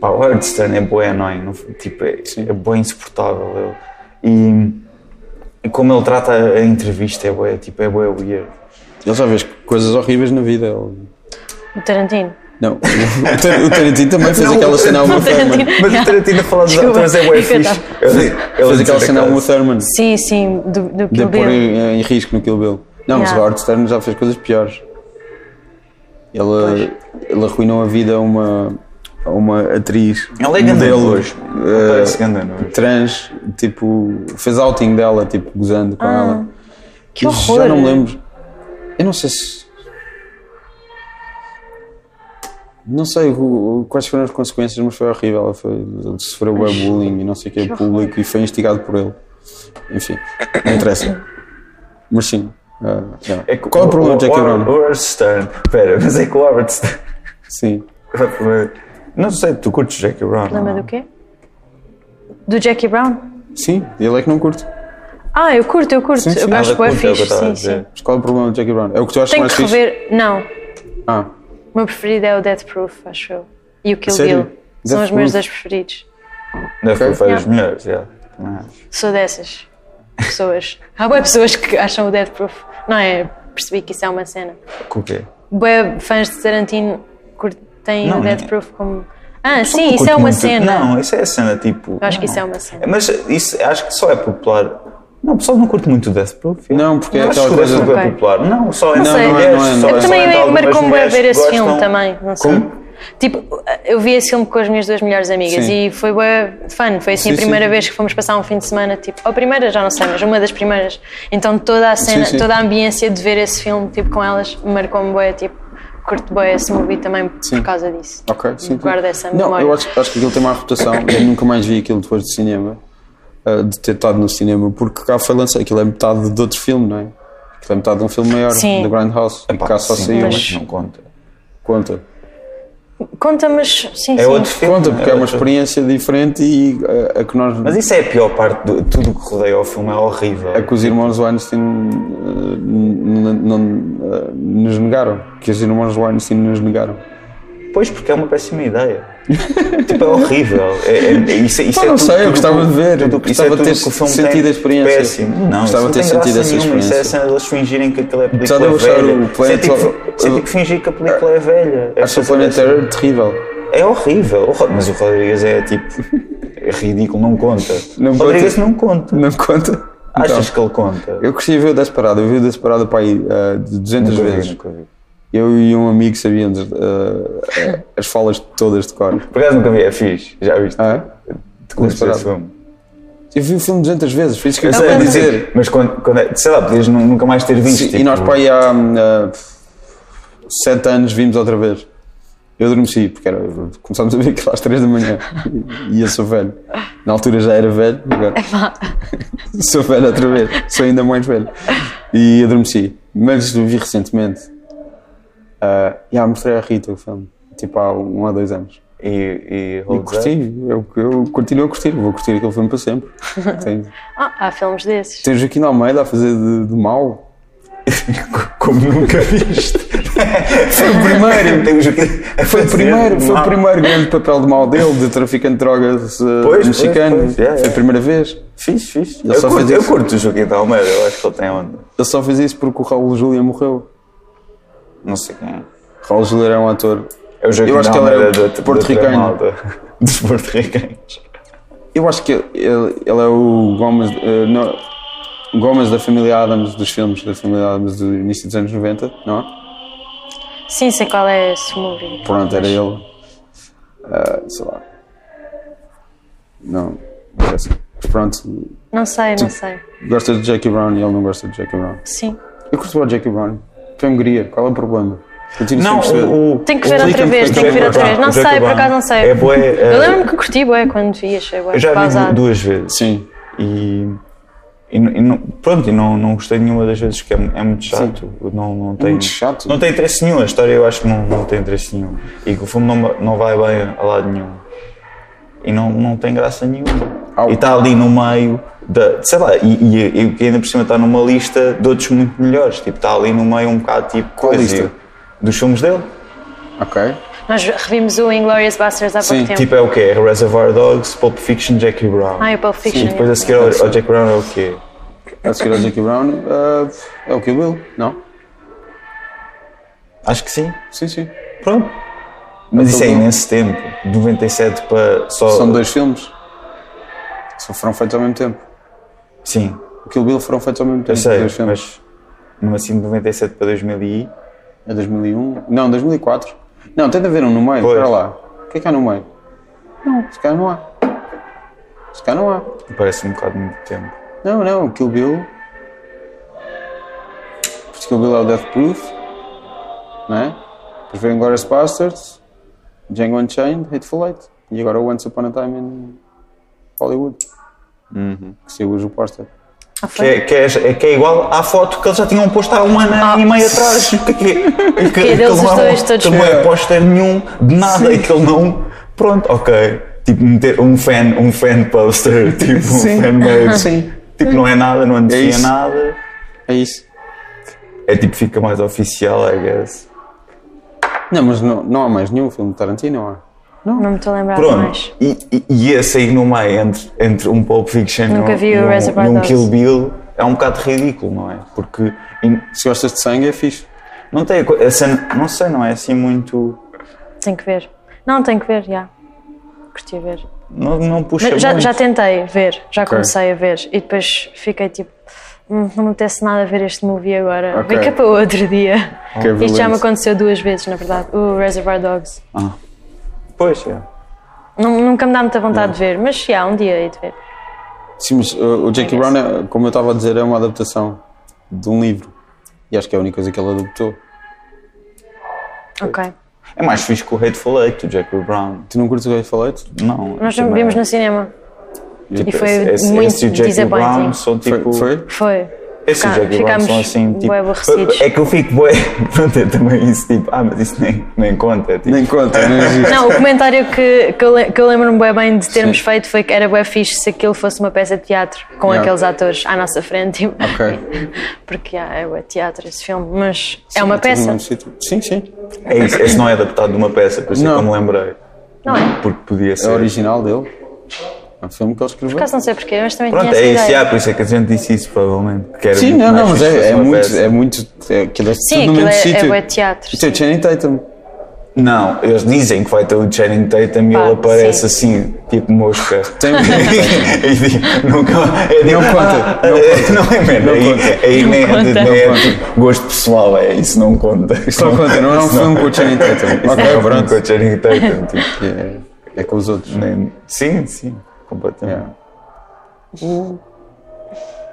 Pá, o Howard Stern é boa anói, não, tipo, é, é bué insuportável ele. E, e como ele trata a entrevista é bué, tipo, é bué weird. Ele já vês coisas horríveis na vida. ele- O Tarantino. Não, o Tar- o Tarantino também fez Não, aquela cena a uma o Tarantino- Thurman. Mas o Tarantino a falar dos Desculpa, atores é bué é que eu fixe. tava- Ele- ele Fez diz aquela cena a uma coisa. Thurman. Sim, sim, do, do De Kill pôr Bill. em, em risco no Kill Bill. Não, mas o Yeah. Howard Stern já fez coisas piores. Ele, ele arruinou a vida a uma, a uma atriz. Ele é grande modelo, nojo. Ele eh, parece grande nojo. Trans, tipo, fez outing dela, tipo, gozando com ela. Ah, Que Eu Já horror. não me lembro. Eu não sei se. Não sei o- o- quais foram as consequências, mas foi horrível. Ela foi, ele sofreu bué bullying e não sei o que, público e foi instigado por ele. Enfim, não interessa. Mas sim. ah, já. É que Qual é o problema de Jackie Howard- Brown? Howard Stern. Pera, mas é que o Howard Stern. Sim. Não sei, tu curtes Jackie Brown? Lembra não? do quê? Do Jackie Brown? Sim, ele é que não curte. Ah, eu curto, eu curto. sim. Eu Ela acho que é curte, é o fixe, que eu estava a sim, dizer. sim. Mas qual é o problema de Jackie Brown? É o que tu achas Tenho mais que fixe? rever. Não, Ah, O meu preferido é o Death Proof, acho eu. E o Kill Sério? Bill. São Death os meus Proof. dois preferidos. Deve Ok. okay. foi das Yeah. melhores, já. Yeah. Sou dessas pessoas. Há boas pessoas que acham o Death Proof. Não é? Percebi que isso é uma cena. Com o quê? Boé fãs de Tarantino cur- têm Não, o Death não é. Proof como. Ah, Eu sim, isso curto é uma muito- cena. Não, isso é cena tipo. Eu acho que não. isso é uma cena. Mas isso acho que só é popular. Não, o pessoal não curte muito o Death Proof. eu- Não, porque é acho aquela que o Death coisa- Proof é Ok. popular. Não, só é Não, sei. não é, não é, não só é. Eu também entre algumas marcou-me a mulheres ver que esse filme gostam. também, não sei. Como? Tipo, eu vi esse filme com as minhas duas melhores amigas Sim. e foi bué fun. Foi assim Sim, a primeira sim. vez que fomos passar um fim de semana, tipo, a primeira já não sei, mas uma das primeiras. Então toda a cena, sim. toda a ambiência de ver esse filme, tipo, com elas, marcou-me bué, tipo, curto bué esse movie também por causa disso. Ok, sim. Guarda essa Não, memória. eu acho, acho que aquilo tem má reputação. Eu nunca mais vi aquilo depois de cinema, ah, de ter estado no cinema, porque cá foi lançado. Aquilo é metade de outro filme, não é? Aquilo é metade de um filme maior, Sim. do Grand House. E Pá, cá só sim, saiu. mas Mas... Não conta. Conta. Conta, mas sim, É sim. outro filme. Conta, porque é uma outro- experiência diferente e ah, a que nós. Mas isso é a pior parte de tudo o que rodeia o filme, é horrível. a que os irmãos Weinstein ah, n- n- não, eh, ah, nos negaram. Que os irmãos Weinstein nos negaram. Pois, porque é uma péssima ideia. Tipo, é horrível. É, é, é- isso, é- isso Pá, é não tudo- sei, eu tudo gostava que- de ver. tudo- isso é Gostava de tudo ter que o filme sentido tem a experiência. Péssimo. Não, Gostava isso de ter não tem sentido graça essa nenhuma. Isso é a experiência. cena deles fingirem que aquilo é película Apesar de eu achar velha. o Isso é tipo- Planet- Isso é tipo fingir que a película é velha. É Acho o fazer Planet essa- Terror terrível. É horrível. O Ro- Mas o Rodrigues é tipo. É ridículo, não conta. Não o Rodrigues conta. não conta. Não conta? Achas Então, que ele conta? Eu gostei de ver o Desperado. Eu vi o Desperado para aí ah, de 200 Nunca vi, vezes. nunca vi. Eu e um amigo sabíamos ah, as falas todas de cor. Por acaso nunca vi, é fixe. Já viste? Ah, Te conheço esse Desesperado. filme. eu vi o filme 200 vezes. Fiz que eu Eu sei sei, mas- dizer. Mas quando, quando é- sei lá, podias nu- nunca mais ter visto. Sim, E tipo, nós para aí há ah, sete anos vimos outra vez. Eu adormeci, porque era, começámos a ver aquilo às três da manhã. E eu sou velho. Na altura já era velho, agora. sou velho outra vez. Sou ainda mais velho. E adormeci. Mas o vi recentemente. Ah, e ah, mostrei à Rita o filme. Tipo há um ou dois anos. E, e, é? E Holds Up. curti. Eu, eu continuo a curtir. Vou curtir aquele filme para sempre. Tem, Ah, há filmes desses. tem o Joaquim Almeida a fazer de, de mau. Como nunca viste. foi o primeiro. Tem o Joaquim a Foi o fazer primeiro, foi o mal. primeiro grande papel de mal dele, de traficante de drogas eh, pois, mexicano. pois, yeah, Foi yeah. a primeira vez. Fixe, fixe. Ele Eu, só fez curto, eu isso. curto o Joaquim de Almeida, eu acho que ele tem um, onda. Ele só fez isso porque o Raul Julia morreu. Não sei quem é. Raul Julia era um ator. É o Joaquim Eu acho de que ele Almeida era da- da porto-ricano. Malta. Dos porto-ricanos. Eu acho que ele, ele é o Gomes, eh, não, Gomes da família Adams, dos filmes da família Adams do início dos anos 90, não é? Sim, sei qual é esse movie. Pronto, era ele. Ah, sei lá. Não, não sei. Mas Pronto, Não sei, não sei. gosta de Jackie Brown e ele não gosta de Jackie Brown. Sim. Eu curto o Jackie Brown. Foi a Hungria, qual é o problema? Continuo Não, sem perceber. o. o Tenho que ver outra Explica-me vez, porque tenho que é ver outra que vez. Não Jacob sei, por Brown. acaso não sei. É bué, eh, Eu lembro-me que curti, bué, quando vi, achei bué Eu já vi pausado. duas vezes. Sim. E, e, n- e não- pronto, e não, não gostei de nenhuma das vezes, que é, é muito chato. Não, não tem, muito chato. Não tem interesse nenhum, a história eu acho que não, não tem interesse nenhum. E que o filme não, não vai bem a lado nenhum. E não, não tem graça nenhuma. Au. E está ali no meio da. Sei lá, e, e, e o que ainda por cima está numa lista de outros muito melhores. Tipo, está ali no meio um bocado tipo. Qual coisa, lista? Dos filmes dele. Ok. Nós revimos o Inglourious Basterds há Sim, pouco tempo. Tipo, é o quê? Reservoir Dogs, Pulp Fiction, Jackie Brown. Ah, e o Pulp Fiction. E depois a seguir ao, ao Jack Brown é o quê? A seguir ao Jackie Brown ah, é o Kill Bill, não? Acho que sim. Sim, sim. Pronto. Mas isso é Então, imenso tempo. De 97 para só. São dois filmes. Só foram feitos ao mesmo tempo. Sim, O Kill Bill foram feitos ao mesmo tempo. eu sei, dois filmes. mas. Mesmo assim, de 97 para 2000 e. É 2001? Não, 2004. Não, tem de haver um no meio, Pois. espera lá. O que é que há no meio? Não, se calhar não há. Se calhar não há. Parece um bocado muito tempo. Não, não, o Kill Bill. Porque Kill Bill é o Death Proof, não é? Depois veio Inglourious Bastards, Django Unchained, Hateful Eight e agora o Once Upon a Time in Hollywood. Que saiu hoje o póster. Ah, Que foi? é, que, é, é que é igual à foto que eles já tinham posto há um ano e meio atrás. O que é que é? Que, deles os não- dois todos que não é juntos. póster nenhum, de nada, aquele não. Pronto, ok. Tipo, meter um fan, um fan poster, tipo, um fan made. Sim. Tipo, não é nada, não anuncia isso. nada. É isso. É tipo, fica mais oficial, I guess. Não, mas não, não há mais nenhum filme de Tarantino, não há? Não me estou a lembrar de mais. é- Pronto, e, e, e esse aí no meio, entre, entre um Pulp Fiction Nunca e um, vi o e um, Reservoir e um Dogs. Kill Bill, é um bocado ridículo, não é? Porque em- Se gostas de sangue é fixe. não tem a co- a cena- não sei, não é assim muito. Tenho que ver. Não, tenho que ver, já. Curti ver. Não, não puxa Mas já, É muito. já tentei ver, já comecei a ver e depois fiquei tipo, "Hum, não me apetece nada ver este movie agora. Ok. Fica para outro dia. Que é Isto já me violento. aconteceu duas vezes, na verdade. O Reservoir Dogs. Pois é. Nun- Nunca me dá muita vontade de ver, mas já, um dia hei de ver. Sim, mas uh, o Jackie Brown, é, como eu estava a dizer, é uma adaptação de um livro. E acho que é a única coisa que ele adaptou. Ok. É mais fixe que o Hateful Eight, o Jackie Brown. Tipo, Tu não curtes o Rei Falete? Não. Nós também- vimos no cinema. tipo, e foi é. esse, muito esse e o Jackie disappointing. Brown são tipo. Foi? foi? Foi. Esse e o Cá, Jackie Brown são ficámos assim, tipo. bué aborrecidos. É que eu fico bué. Pronto, é também isso, tipo, ah, mas isso nem, nem conta. Tipo, Nem conta, não existe. Não, o comentário que, que eu, le- que eu lembro-me bem, bem de termos feito foi que era bué fixe se aquilo fosse uma peça de teatro com Yeah. aqueles atores à nossa frente. Ok. Porque yeah, é bué teatro esse filme, mas é Sim, uma é tudo no peça. mesmo sítio. Sim, sim. É isso, esse não é adaptado de uma peça, por isso é que Não. eu me lembrei. Não é? Porque podia É ser. original dele. É um filme que ele escreveu. Por acaso não sei porquê, mas também Pronto, tinha essa é isso, ideia. yeah, por isso é que a gente disse isso, provavelmente. Que era Sim, muito não, não, mais mas fixe é, se é fosse uma muito, peça. é muito. É, aquilo é Sim, tudo no aquilo mesmo é- é sítio. bué teatro, Isso é o sim. Channing Tatum. Não, eles dizem que vai ter o Channing Tatum e Pá, ele aparece sim. assim, tipo mosca. Tem- E digo, nunca, é tipo, Não conta, ah, não é, Não é, man, Não aí, conta. aí nem é, Não de- conta. nem é de gosto pessoal, é, isso não conta. Só conta, não é um filme com o Channing Tatum. Isso não é Ok, um filme com pronto. o Channing Tatum, tipo, É, é com os outros. nem- sim, sim, completamente. Yeah.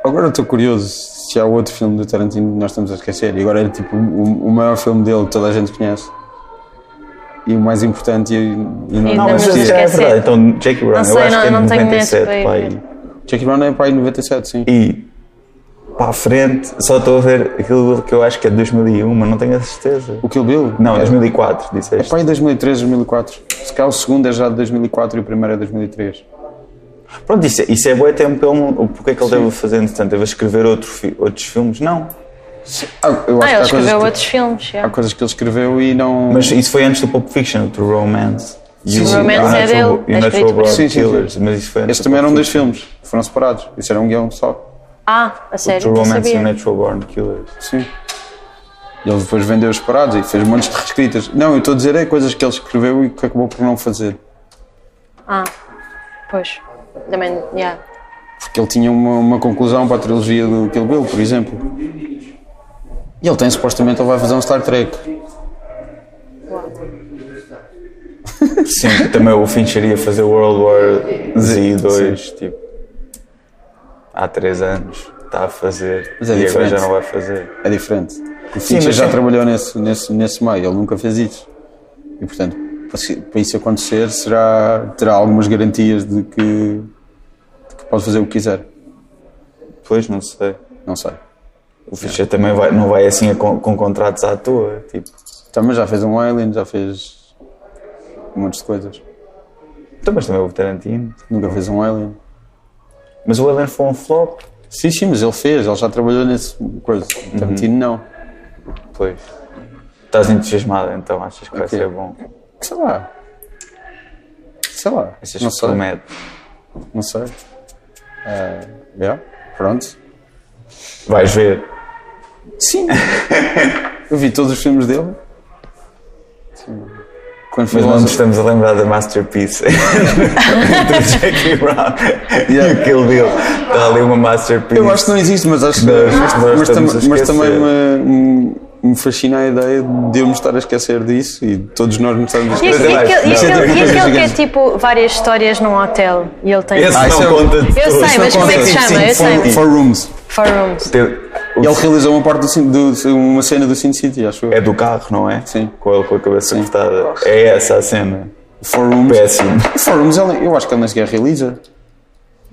Agora estou curioso se há outro filme do Tarantino que nós estamos a esquecer. E agora é tipo o, o maior filme dele que toda a gente conhece. E o mais importante e, e não, Não, não mas Ainda me isso existia. já é esqueci. verdade, então Jackie Brown, eu sei, acho não- que é de não tenho neto 97, para ir pai. Jackie Brown é pai em 97, sim. E para a frente, só estou a ver aquilo que eu acho que é de 2001, mas não tenho a certeza. O Kill Bill? Não, é, 2004, é disseste. pai em 2003, 2004. Se calhar o segundo é já de 2004 e o primeiro é de 2003. Pronto, isso, é- isso é bué tempo. Ele, não- porque é que ele teve a fazer, entretanto? Teve a escrever outro fi- outros filmes? Não. Ah, eu Ah, acho ele que há coisas escreveu que- outros filmes. Há Yeah. coisas que ele escreveu e não. Mas isso foi antes do Pulp Fiction, do Romance. Sim, sim. Romance é Natural- dele, E o é Natural escrito por Born ele. Sim, sim, sim. Killers, mas isso foi antes Este do também um eram Pulp dois filmes, foram separados. Isso era um guião só. Ah, a Fiction. sério? True Não Romance e o sabia. Natural Born Killers. Sim. E ele depois vendeu os separados e fez montes de reescritas. Não, eu estou a dizer é coisas que ele escreveu e que acabou por não fazer. Ah, pois. Também, yeah. Porque ele tinha uma, uma conclusão para a trilogia do Kill Bill, por exemplo. E ele tem supostamente, ele vai fazer um Star Trek. Sim, também o Fincher ia fazer World War Z 2, tipo, há 3 anos. Está a fazer. Mas é e agora diferente. já não vai fazer. É diferente. Porque o Fincher mas já sim. trabalhou nesse, nesse, nesse meio, ele nunca fez isso. E portanto, para se- para isso acontecer, será, terá algumas garantias de que, de que pode fazer o que quiser. Pois, não sei. Não sei. O Fischer também vai- não vai assim a con- com, contratos à toa. Tipo, Também já fez um Alien, já fez um monte de coisas. então, mas também houve Tarantino. Nunca fez um Alien. Mas o Alien foi um flop. Sim, sim, mas ele fez, ele já trabalhou nesse coisa. Tarantino não. Uhum. Pois. Estás entusiasmado então, achas que vai Ok. ser bom? Sei lá. Sei lá. Achas não que sei. promete? Não sei. Ah, yeah, Pronto. Vais ver. Sim. Eu vi todos os filmes dele. Sim. Quando foi Mas não lançado- nos estamos a lembrar da Masterpiece do Jackie Brown e Yeah. o Kill Bill. Está ali uma Masterpiece. Eu acho que não existe, mas acho que. Nós- mas, nós mas estamos tam- a mas esquecer. também me, me- me fascina a ideia de eu me estar a esquecer disso e todos nós nos estamos a E aquele, e esquecer. aquele, e Mas é aquele- mais- e aquele que é Gigante. tipo várias histórias num hotel e ele tem Esse Ah, isso é não um- conta de Eu todos. sei, mas como é que se Sim, chama? sim, Eu for- sei. For Rooms. Four Rooms. Teve- o- Ele realizou uma parte do, Sin- do- uma cena do Sin City, acho eu. É do carro, não é? Sim. Com ele com a cabeça cortada. É essa a cena. For Rooms. Péssimo. For Rooms, ele- eu acho que ele nem sequer realiza.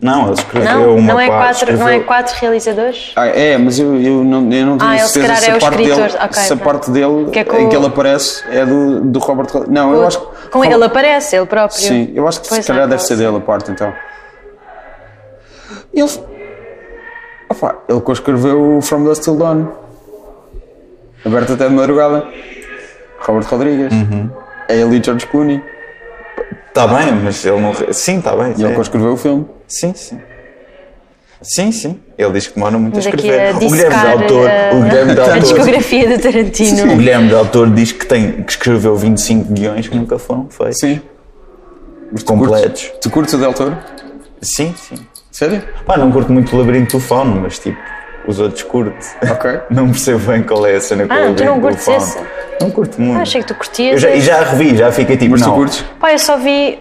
Não, ele escreveu Não, uma não é, parte. quatro, não é escreveu- quatro realizadores? Ah, é, mas eu, eu não, eu não tenho Ah, ele se certeza calhar se, é a o parte dele, escritor. Ok, se a pronto. parte dele Que é com em que o- ele aparece é do, do Robert. Ro- Não, eu acho que. Com ele, ele aparece, ele próprio. Sim, eu acho que Pois se calhar não, deve ser não sei. dele a parte então. Ele. Opa, ele coescreveu o From Dust Till Dawn. Aberto até de madrugada. Robert Rodrigues. Uhum. É ele e George Clooney. Está Tá bem, mas ele não. re- Sim, está bem. E ele sim. coescreveu o filme. Sim, sim. Sim, sim. Ele diz que demora muito a Mas aqui escrever. a O Guilherme de dissecar eh, Autor, o Guilherme de a, a Autor, discografia do Tarantino. o Guilherme de Autor diz que, tem, que escreveu 25 guiões que nunca foram feitos. Sim. Completos. Tu curtes o Del Toro? Sim, sim. Sério? Pá, não curto muito o Labirinto do Fauno, mas tipo, os outros curto. Ok. Não percebo bem qual é a cena com Ah, o tu Labirinto não do curtes Fauno. esse? Não curto muito. Ah, achei que tu Eu curtias. já, e já revi, já fiquei tipo, Mas tu não. curtes? Pá, eu só vi,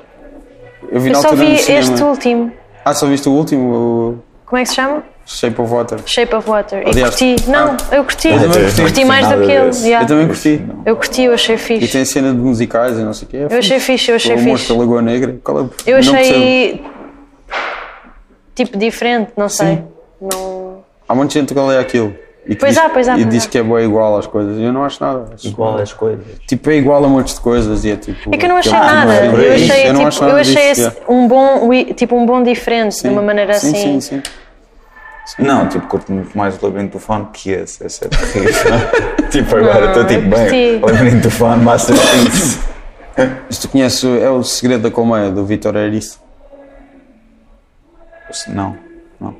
Eu vi eu na só altura vi no cinema. este último. Ah, só viste o último, Como é que se chama? o Shape of Water. Shape of Water. Aliás, e curti. Não, eu curti. Eu também não curti mais nada do que ele, desse. yeah. Eu também curti. Não. Eu curti, eu achei E fixe. tem cena de musicais e não sei o quê. Eu achei fixe, eu achei O Monstro fixe. da Lagoa Negra. Qual é o- Eu Não percebo. achei tipo diferente, não sei. Sim. Não... Há muita gente que lê aquilo. E que Pois diz, há, pois há, E pois diz há. que é boa igual às coisas. Eu não acho nada. Acho- Igual as coisas. Tipo, é igual a montes de coisas e é tipo. É que eu não achei aquilo- nada. Ah, não é Eu isso. achei, não tipo, acho eu nada achei disso, esse um bom, ui- tipo um bom diferente, de yeah. uma maneira Sim, assim. Sim, sim, Não, tipo, curto muito mais o Labirinto do Fauno que esse. Esse é terrível. tipo, agora Não, estou tipo, eu bem, curti. Labirinto do Fauno, Masterpiece. Mas tu conheces o- é o Segredo da Colmeia do Vitor Erice? Não.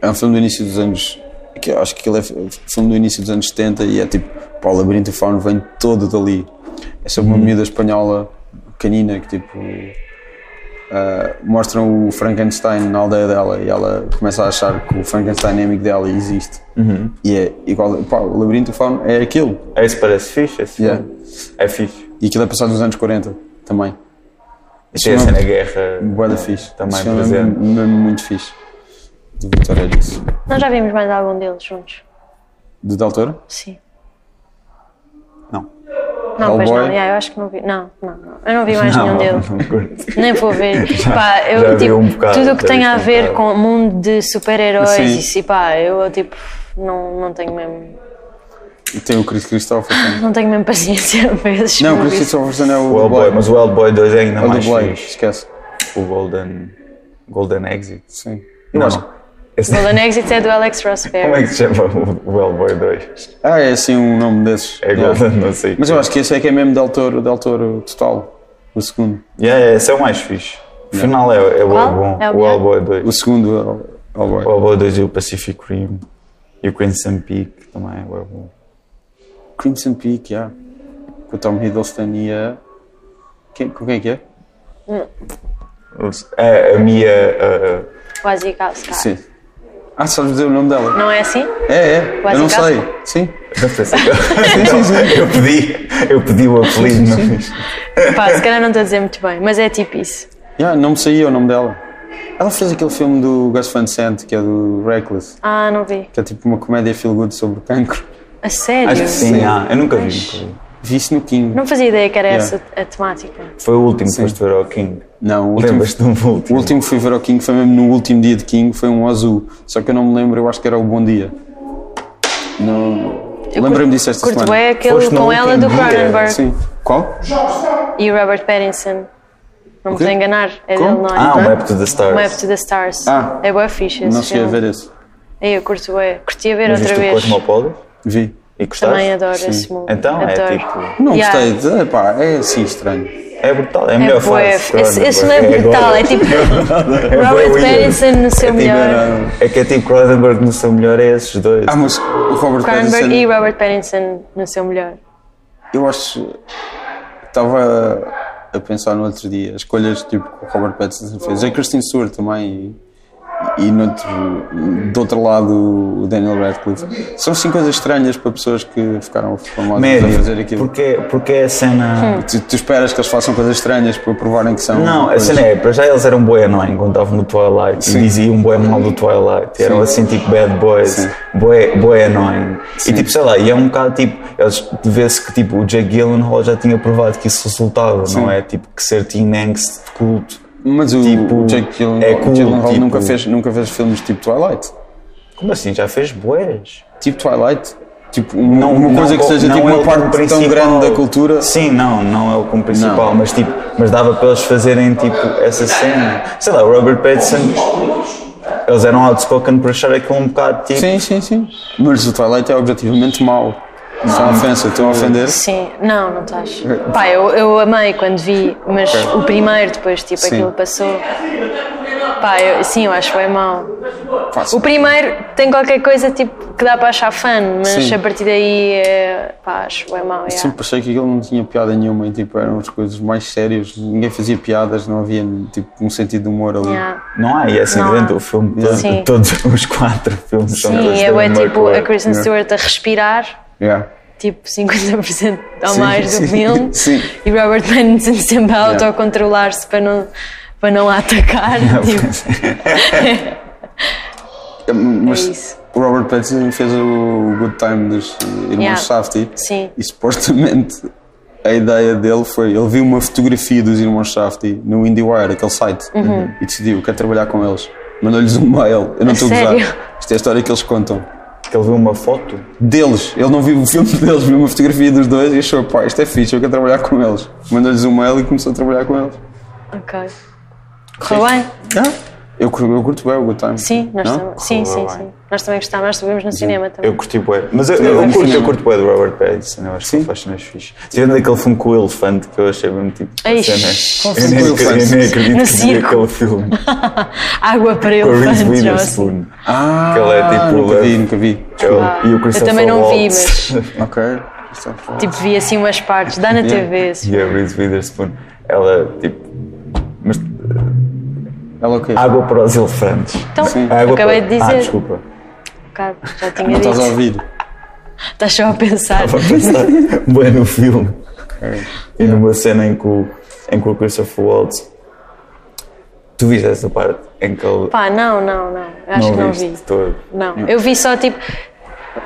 É um filme do início dos anos. que eu acho que aquilo é fi- filme do início dos anos 70 e é tipo. Pá, o Labirinto do Fauno vem todo dali. É sobre uma miúda espanhola canina que tipo. ah, mostram o Frankenstein na aldeia dela e ela começa a achar que o Frankenstein é amigo dela e existe. E é igual. Pá, o Labirinto do Fauno é aquilo. É isso parece fixe, esse Yeah. filme. É fixe. E aquilo é passado nos anos 40 também. Tem a filme é cena guerra. Boa da eh, fixe. Também Esse filme é presente. mesmo- mesmo muito fixe. Do Vitor Erice. Nós já vimos mais algum deles juntos. Do Del Toro? Sim. Não. Não, pois não, Hellboy? yeah, eu acho que não vi. Não, não, não. Eu não vi mais nenhum deles. não curto. Nem vou ver. pá, eu, já vi tipo, um bocado, tudo o que já tem vi a um ver bocado. com o mundo de super-heróis Sim. e se pá, eu tipo, não, não tenho mesmo. E tem o Chris Christopher. também. Não tenho mesmo paciência para esses Não, o Chris movies. Christopherson é o, O do Hellboy, Blade. mas o Hellboy 2 é ainda É o do mais Blade, fixe. esquece. O Golden. Golden Exit. Sim. Não, Esse- Golden Exit é do Alex Ross Perry. Como é que se chama o o Hellboy 2? Ah, é assim um nome desses. É Yeah. Golden, não sei. Mas eu acho que esse é que é mesmo Del Toro, Del Toro total. O segundo. Yeah, yeah, esse é o mais fixe. O final é, é o Qual? bom. É o o melhor? Hellboy 2. O segundo é o O Hellboy. Hellboy 2 e o Pacific Rim. E o Crimson Peak também é bué bom. Crimson Peak, yeah. Com o Tom Hiddleston e a. Quem, com quem é que é? É, a Mia. uh, Quase Cascar. Sim. Ah, sabes dizer o nome dela? Não é assim? É, é. Quase eu não Casca. sei. Sim. não sei se- eu pedi, eu pedi o apelido, não fiz. Pá, se calhar não estou a dizer muito bem, mas é tipo isso. Yeah, não me saía o nome dela. Ela fez aquele filme do Gus Van Sant, que é do Reckless, Ah, não vi. que é tipo uma comédia feel good sobre cancro. A sério? Acho que sim, ah, eu nunca vi. Mas- nunca vi. Vi isso no King. Não fazia ideia que era Yeah. essa a temática. Foi o último que foste ver ao King. Não, o último, Lembras-te de um o último? último que fui ver ao King foi mesmo no último dia de King, foi um azul. Só que eu não me lembro, eu acho que era o Bom Dia. Não. Lembrei-me disso esta Curto semana. é aquele Foste no com ela do último dia, Cronenberg Sim. Qual? e o Robert Pattinson. Não me estou a enganar, é Como? dele, não é? Ah, Não? o Web to the Stars. Web to the Stars. Ah. É boa fixe esse Não cheguei a filme. ver esse. Aí eu curto bué. Curti a ver Mas outra viste o vez. Cosmopolis? Vi. E gostaste? Também adoro esse movie. Então, é adoro. tipo- Não Yeah. gostei. de- Epá, é assim estranho. É brutal, é a É melhor bué. fase. de Esse, esse não é Cronenberg. brutal, é tipo É bué Robert weird. Pattinson no seu É tipo- melhor. É que é tipo Cronenberg no seu melhor, é esses dois. Ah, mas o Robert é, Cronenberg e Pattinson, Robert Pattinson no seu melhor. eu acho... Estava a pensar no outro dia, as escolhas tipo, que o Robert Pattinson fez. A Kristen Stewart também e, e noutro, do outro lado o Daniel Radcliffe. São assim coisas estranhas para pessoas que ficaram famosas a fazer Médio. aquilo. Porque, porque é a cena. Tu, tu esperas que eles façam coisas estranhas para provarem que são. Não, a coisas- cena é, para já eles eram bué não encontravam no Twilight Sim. e diziam bué mal do Twilight, eram assim tipo bad boys, Sim. bué, bué annoying. E tipo, sei lá, e é um bocado tipo, eles vê-se que tipo, o Jake Gyllenhaal já tinha provado que isso resultava, não é? Tipo, que ser teen angst de culto. Mas o, Tipo, o Jake Gyllenhaal, é cool, Gyllenhaal tipo- nunca, fez, nunca fez filmes tipo Twilight. Como assim? Já fez boés? Tipo Twilight. Tipo, uma, uma não- coisa que não- seja não tipo é uma o como parte tão principal. grande da cultura. Sim, não, não é o como principal, Não. mas tipo, mas dava para eles fazerem tipo essa cena. Sei lá, o Robert Pattinson, eles eram outspoken para achar aquilo um bocado tipo. Sim, sim, sim. Mas o Twilight é objetivamente mau. Isso é Ah. uma ofensa, estou a ofender. Sim, não, não estás. Pá, eu, eu amei quando vi, mas o primeiro depois, tipo, Sim. aquilo passou. Pá, eu, sim, eu acho bem mau. Faço. O primeiro tem qualquer coisa, tipo, que dá para achar fã, mas Sim. a partir daí, é, pá, acho bem mau, yeah. Sempre achei que aquilo não tinha piada nenhuma, e, tipo, eram as coisas mais sérias, ninguém fazia piadas, não havia tipo, um sentido de humor ali. Yeah. Não há, e é assim Não dentro há. do filme todo, Sim. todos os quatro filmes são todos Sim, da eu é um mesma tipo cor. a Kristen Stewart a respirar, Yeah. tipo 50% ou Sim, mais do sim, filme, sim. e Robert Pattinson sempre a autocontrolar-se para não, para não a atacar. tipo, Hum, Mas É isso. o Robert Pattinson fez o Good Time dos irmãos Yeah. Safdie Sim. e supostamente a ideia dele foi ele viu uma fotografia dos irmãos Safdie no IndieWire, aquele site, e decidiu quer trabalhar com eles. Mandou-lhes um mail, eu não Uhum. A estou a gozar. sério? Isto é a história que eles contam. Que ele viu uma foto. Deles, ele não viu o filme deles, viu uma fotografia dos dois e achou, pá, isto é fixe, eu quero trabalhar com eles. Mandou-lhes um mail e começou a trabalhar com eles. ok. Correu bem? Ah, Eu, cur- eu curto bem o Good Time. Sim, nós, Não? tam- sim, sim, Correu sim. bem. Nós também gostávamos, nós estivemos no cinema também. Eu curti bué. Mas eu, eu, curto, eu curto bué do Robert Pattinson. Eu acho que ele faz cenas fixe. Tirando aquele filme com o elefante que eu achei mesmo tipo... Ai, cena. qual Eu filme nem com o acredito, eu nem elefante? acredito No que vi circo. aquele filme. Água para Com a Reese elefantes, ou assim. Witherspoon. Ah, Que ele é tipo nunca vi, leve. nunca vi. Ele- E o é Christopher Ah, também não vi, Waltz. Ok. Tipo, vi assim umas partes, dá na TV. assim. E a Reese Witherspoon. Ela, tipo... Mas Ela o quê? água para os elefantes. Então, Sim. Água acabei para- de Ah, dizer. desculpa. Cara, já Não tinha estás a dito. ouvir? Estás só a pensar. Estava a pensar bué no filme. E numa cena em que, o, em que o Christopher Waltz... Tu viste essa parte em que ele... Pá, não, não, não. Eu Acho que não viste vi. de todo. Não. Eu vi só tipo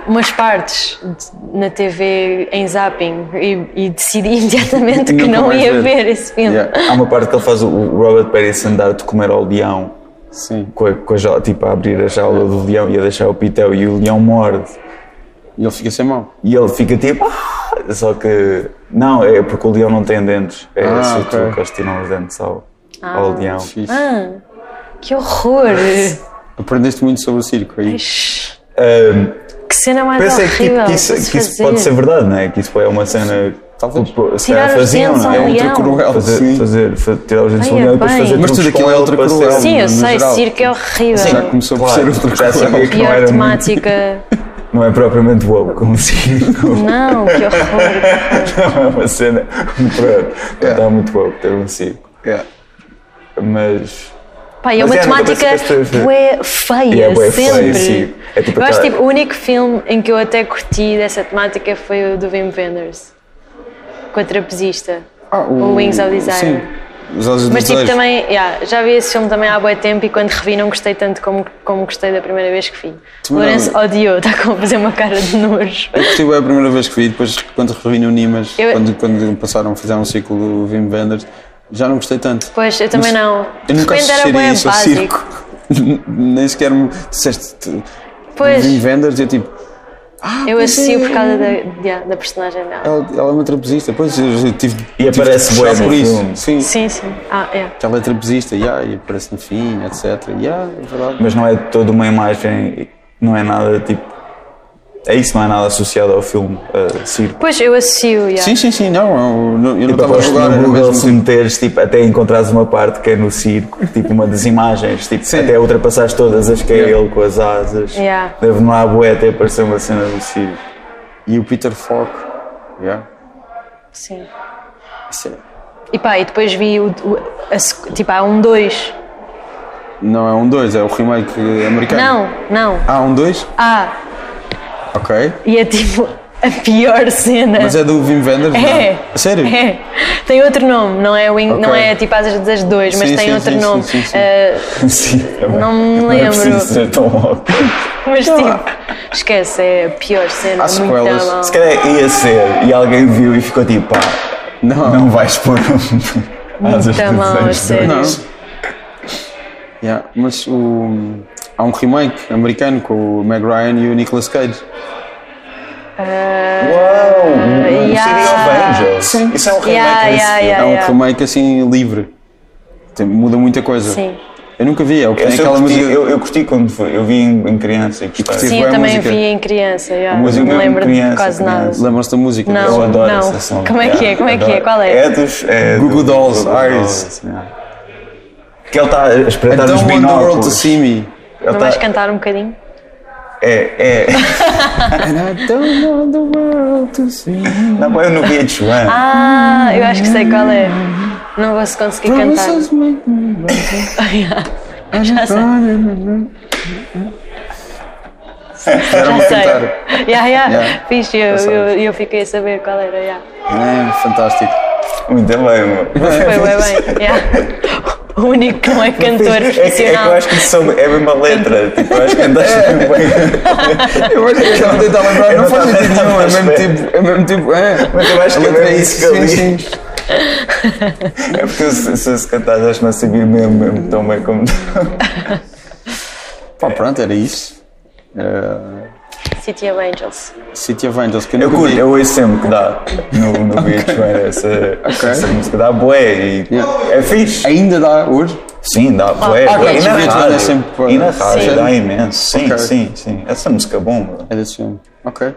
umas partes de- na TV em zapping e, e decidi imediatamente que Nunca não mais ia ver. ver esse filme. Yeah. Há uma parte que ele faz o Robert Pattinson dar de comer ao leão, Sim. com a, com a jaula, tipo a abrir a jaula do leão e a deixar o pitel, e o leão morde. E ele fica sem mão. E ele fica tipo. "Ah!" Só que. Não, é porque o leão não tem dentes. É Ah, assim tu ok. que eles tiram os dentes ao, Ah. ao leão. Fixe. Que horror! Aprendeste muito sobre o circo aí. Shhh, Ahm, que cena mais Ah, pensei que, é tipo, horrível! que isso, para se que isso fazer. pode ser verdade, não é? Que isso é uma cena. Talvez. que, pô, Se Tirar calhar os faziam, dentes não é? ao É um leão. truque cruel, Fazer, sim. fazer, fa- tirar os dentes Ai, ao leão e depois é bem. fazer Mas tudo truques aquilo com é ele ultra para ser cruel. Sim, eu no sei, geral. circo é horrível. Já começou Claro, por ser outro já sabia que não Pior era muito- temática. Não é propriamente woke, como se. Não, que horror. Não é uma cena. Pronto, É. não está muito woke ter um circo. Yeah. Mas. Pá, e é Mas uma é, nunca temática pensei que fosse- bué feia, E é bué feia, sempre. sim. É tipo eu acho aquela- tipo, o único filme em que eu até curti dessa temática foi o do Wim Wenders, com a trapezista, Ah, o Wings of Desire. Sim. Os olhos do Mas tipo, desejo. também, yeah, já vi esse filme também há bué tempo e quando revi não gostei tanto como, como gostei da primeira vez que vi. não- Lourenço odiou, está com a fazer uma cara de nojo. Eu curti bem a primeira vez que vi, depois quando revi no Nimas, Eu- quando, quando passaram, fizeram um ciclo do Vim Vendors, já não gostei tanto. Pois, eu também Mas não. Eu De nunca repente era associaria bué isso ao circo. básico. Nem sequer me disseste tu- Pois, Vim Vendors e eu tipo, eu pois associo é. por causa da, yeah, da personagem dela. ela, ela é uma trapezista, pois eu eu tive. E tive aparece de puxar é bué no Tipo, por filme. isso. Sim. Sim, sim. Ah, é. Ela é trapezista, yeah, e aparece no fim, etc. Yeah, é verdade. Mas não é toda uma imagem. Não é nada tipo. É isso, não é nada associado ao filme uh, circo. Pois, eu associo, yeah. Sim, sim, sim, não, eu não eu não Tipo, estava a aposto jogar, no era Google, mesmo. assim. se meteres, tipo, até encontrares uma parte que é no circo, tipo uma das imagens, tipo, Sim. até ultrapassares todas as que é ele com as asas. Yeah. Deve não há bué até aparecer uma cena do circo. E o Peter Falk, yeah. Sim. Isso é- E pá, e depois vi o, o- a sequ- tipo, há um dois. Não é um 2, é o remake americano. Não, não. Ah, um 2? Ah, Ok. e é tipo a pior cena. Mas é do Wim Wenders? É. Não. A Sério? É. Tem outro nome, não é, o in- Ok. não é tipo Asas das Dois, mas Sim, tem sim, outro sim, nome. sim, sim, sim. Ah, Sim, também. Não me é lembro. preciso ser tão óbvio. mas tipo, esquece, é a pior cena. Então, Há muito sequelas. mal. Se calhar ia ser, e alguém viu e ficou tipo, pá, Não. não vais pôr um. asas Muito de mal, a desenho. sério. Não. Yeah, mas o... há um remake americano com o Meg Ryan e o Nicolas Cage. Uau! Um yeah. City of Angels. Sim. Isso é um remake Yeah, desse yeah, filme. é um yeah. remake assim livre. Tem- muda muita coisa. Sim. Eu nunca vi, é o que tem Esse eu, aquela curti, música. eu, eu curti quando foi, eu vi em, em criança e gostei. curti. Sim, Boa eu também é música. vi em criança, yeah. Mas eu não me mesmo lembro criança, de quase nada. criança. Lembram-se da música? Eu Não. adoro Não. essa song. Como é que é? Yeah, Como é que é? adoro. Qual é? É dos. É do- Google Dolls, Google Dolls, Eyes. yeah. Que ele está a I espreitar os don't want the Então world to binóculos. see me. Ele Não tá- vais cantar um bocadinho? É, é. I don't want the world to see me. Não, mas eu no VH1. Ah, eu acho que sei qual é. Não vou se conseguir cantar. Promises make me Já sei. Já sei. Yeah, yeah. Yeah. Fixe, eu, Já eu, sabes. eu fiquei a saber qual era. Yeah. É, fantástico. Ah. Muito bem, mano. Foi bem, bem. Yeah. O único que não é cantor É que, é que profissional. É. eu acho que são, é a mesma letra. Tipo, eu acho que andaste muito bem. Eu acho que estava a tentar lembrar, não faz sentido nenhum, é mesmo tipo. É mesmo tipo. É. Mas eu acho que A é letra mesmo isso que eu Sim, li. sim. É porque eu, se, se, se cantares, acho que não sabia mesmo, mesmo tão bem como. Pá, pronto, era isso. Era- é City of Angels. Eh, City of Angels, que eu Eu nunca curto, vi. eu ouço sempre que dá no, no VH1 essa, essa música, dá bué e Yeah. é fixe. Ainda dá hoje? Sim, dá bué, Ah, bué. ok, e na o VH1 é rádio, sempre bué. né? e na rádio Sim. dá imenso, sim, Ok. sim, sim. Essa música é bom, bro. É desse filme. Ok.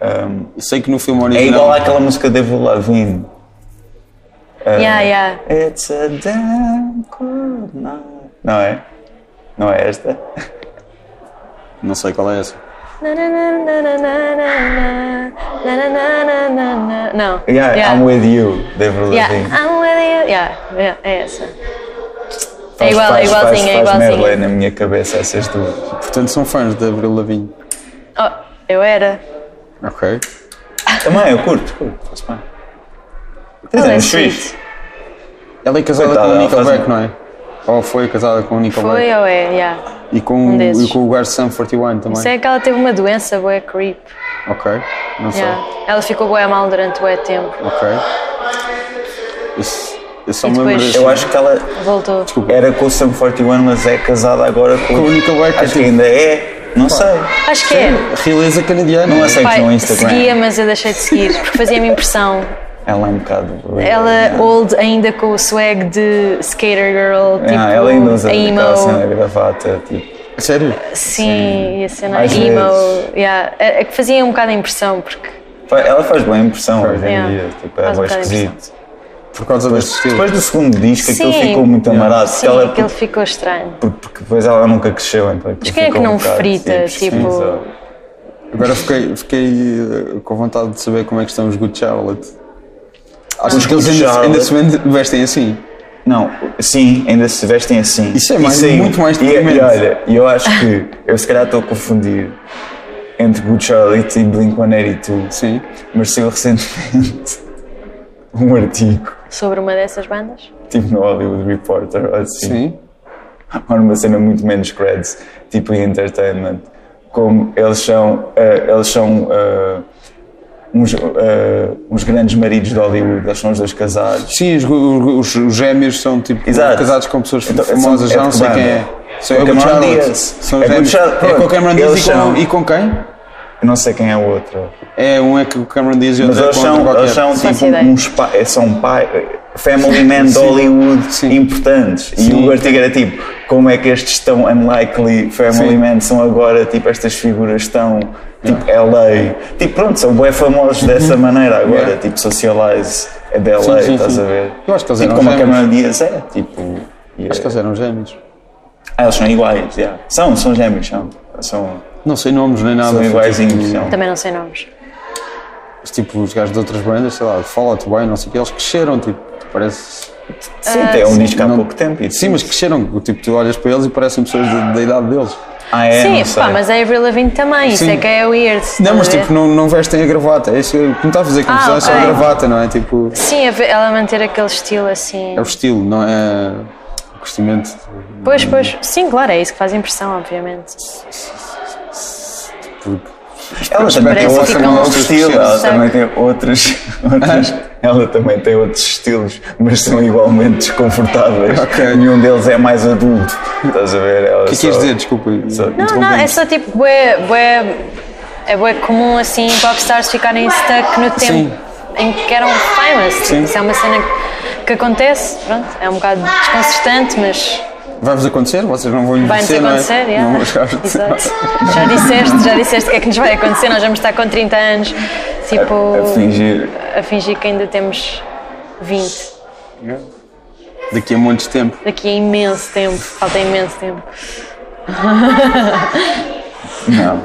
Eu sei que no filme original. é igual àquela música de Avril Lavigne. Ah. Yeah, yeah. It's a damn cold night. Não é? Não é esta? Não sei qual é essa. Na, na, na, na, na, na, na, na, na, na, na, na. Não. Yeah, I'm with you, assim. de Avril Yeah, Ah, Lavigne. I'm with you. Yeah, yeah, é essa. É Faz- igual, é faz- faz- igualzinha, é faz igualzinha. medley na minha cabeça essas duas. Portanto, são fãs de Avril Lavigne. Oh, eu era. Ok. Também, eu curto, curto, faço bem. Tens Ela é anos sweet. fixes. Ela é casada Coitada, com o ela Nickelback, faz- não é? Ou foi casada com o Tá Nickelback? Foi ou é? Yeah. E com, Um desses. é e com o gajo Sam 41 também. Sei que ela teve uma doença, boa creep. um Ok. Não sei. Yeah. Ela ficou boa mal durante o tempo. Ok. é Isso- Eu só E me lembro depois- desse- Eu acho que ela Voltou. era com o Sam 41, mas é casada agora com, Com o Nickelback, Acho que tipo- ainda é, não sei. Acho que é. Realeza canadiana. Não aceito Pai, no um Instagram. seguia, mas eu deixei de seguir, porque fazia-me impressão. Ela é um bocado. Ah, Ela é old ainda com o swag de skater girl, tipo Ah, ela ainda usa é a emo. aquela cena de gravata, tipo. é Sério? Sim, e a cena Às emo. vezes. Yeah. É é que fazia um bocado a impressão, porque fa- Ela faz boa impressão hoje em Yeah. dia, tipo, é Faz um boa bocado de esquisito. Por causa deste estilo. Depois do segundo disco, aquilo Sim. ficou muito amarado, porque sim, Ah, ela, aquilo ficou estranho. porque, porque depois ela nunca cresceu, então. aquilo Mas quem é que ficou um não bocado, frita, sim, tipo- exato. Agora fiquei, fiquei eh, com vontade de saber como é que estão os Good Charlotte. Achas Os que eles Good ainda, ainda Charlotte. se vende- vestem assim? Não, sim, ainda se vestem assim. Isso é mais- aí- muito mais e, deprimente. e olha, eu acho que eu se calhar estou a confundir entre Good Charlotte e Blink-182. Sim. Mas saiu recentemente um artigo, Sobre uma dessas bandas? tipo no Hollywood Reporter, ou assim, Sim. ou numa cena muito menos creds, tipo em entertainment, como eles são, eh, eles são eh, uns, eh, uns grandes maridos de Hollywood, eles são os dois casados. Sim, os, os- os gêmeos são tipo Exato. casados com pessoas Então, são- famosas, já é não de sei banda. quem é. É São é Good Cameron Charlotte. Diaz. São É Good gêmeos. Charlotte, É com o pronto. Cameron Diaz e Eles com, são- e com quem? Eu não sei quem é o outro. É, um é que o Cameron Diaz e Mas outro é eles com outro são, qualquer. eles são Faço tipo ideia. uns pa- são pai, family men de Hollywood Sim. importantes. Sim. E o artigo era tipo, como é que estes tão unlikely family Sim. men são agora, tipo, estas figuras tão tipo LA. Tipo, pronto, são bué famosos dessa maneira agora, Uhum. Yeah. tipo, socialize é de LA, Sim, sim, estás sim. a ver? Eu acho que eles tipo, eram como a gêmeos. Cameron Diaz é, tipo. e Acho é- que eles eram gêmeos. Ah, eles são iguais, yeah. são, são gêmeos, são. São, Não sei nomes nem nada. são foi iguaizinhos, tipo, são. Também não sei nomes. tipo, os gajos de outras bandas, sei lá, Fall Out Boy, não sei o que, eles cresceram, tipo, parece. Sim, tem um disco há não- pouco tempo. e Sim, mas cresceram, tipo, tu olhas para eles e parecem pessoas da, da idade deles. Ah, é, Sim, não sei. pá, mas a Avril Lavigne também, isso Sim. é que é weird. estás Não, mas a ver? tipo, não, não vestem a gravata. É isso que me está a fazer confusão, é só a Ah, ok. gravata, não é? Tipo, Sim, a ve- ela manter aquele estilo assim. é o estilo, não é o vestimento. tipo, Pois, pois. Sim, claro, é isso que faz impressão, obviamente. Porque Ela Espero também que tem elas outro, ficam outro outros estilo, estilos, ela sabe? também tem outros, outros- ela também tem outros estilos, mas são igualmente desconfortáveis. Ok. Nenhum deles é mais adulto. Estás a ver? Ela O que é que queres dizer? Desculpa. Não, não, é só tipo, bué, bué, é bué comum assim popstars ficarem stuck no tempo Sim. em que eram famous. Tipo, Sim. Isso é uma cena que, que acontece, pronto, é um bocado desconcertante, mas Vai-vos acontecer? Vocês não vão vai-nos envelhecer, não é? acontecer. yeah. Não vão chegar a acontecer. Exato. Já disseste, já disseste o que é que nos vai acontecer, nós vamos estar com 30 anos, tipo, A, a fingir. a fingir que ainda temos 20. Daqui a montes de tempo. Daqui a imenso tempo, falta imenso tempo. Não.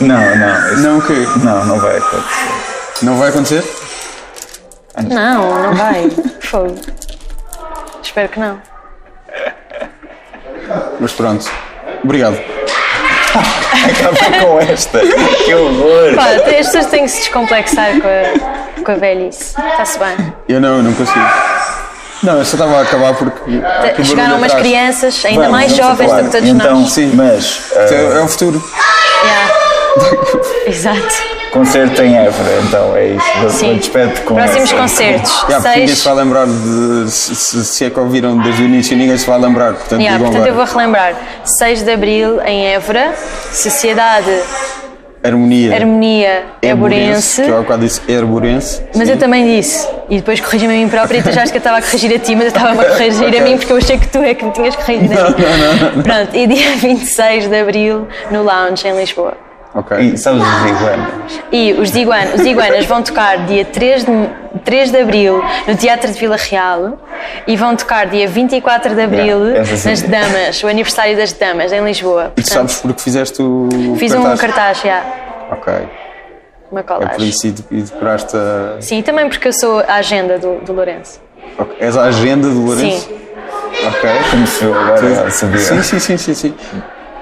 Não, não. isso- Não, o quê? Não, não vai acontecer. Não vai acontecer? Não, não vai. Fogo. Espero que não. Mas pronto. Obrigado. Acaba com esta. Que horror. Pá, as pessoas têm que se descomplexar com a, com a velhice. Está-se bem. Eu não, eu não consigo. Não, eu só estava a acabar porque. há aqui um barulho Chegaram umas atrás. crianças ainda Vamos, mais vamos jovens Então, acabar. do que todos então, nós. Sim. Mas. ah, É, é o futuro. Yeah. Exato. Concerto em Évora, então é isso. Sim. Despeito com Próximos essa. concertos. Já, porque ninguém seis. se vai lembrar de. Se, se- se é que ouviram desde o início, ninguém se vai lembrar. Portanto, Yeah, digam portanto, eu vou agora. relembrar. 6 de Abril em Évora, Sociedade Harmonia. Harmonia é Eburense. É Que eu há bocado disse herborense. Mas eu também disse, e depois corrigi-me a mim própria, e tu já acho que eu estava a corrigir a ti, mas eu estava-me a corrigir a mim porque eu achei que tu é que me tinhas corrigido. a mim. Pronto, e dia 26 de Abril no Lounge em Lisboa. Ok. E sabes os iguanas? E os Diguan, os Diguanas vão tocar dia 3 de, 3 de Abril no Teatro de Vila Real e vão tocar dia 24 de Abril Yeah, essa sim. nas Damas, o aniversário das Damas em Lisboa. E tu Portanto, sabes porque fizeste o. fiz um cartaz, já, Ok. uma É por colagem. isso e de- e decoraste a. Sim, e também porque eu sou a agenda do, do Lourenço. ok, És a agenda do Lourenço? Sim. Ok. Como se É, eu agora sabia. Sim, sim, sim, sim. sim.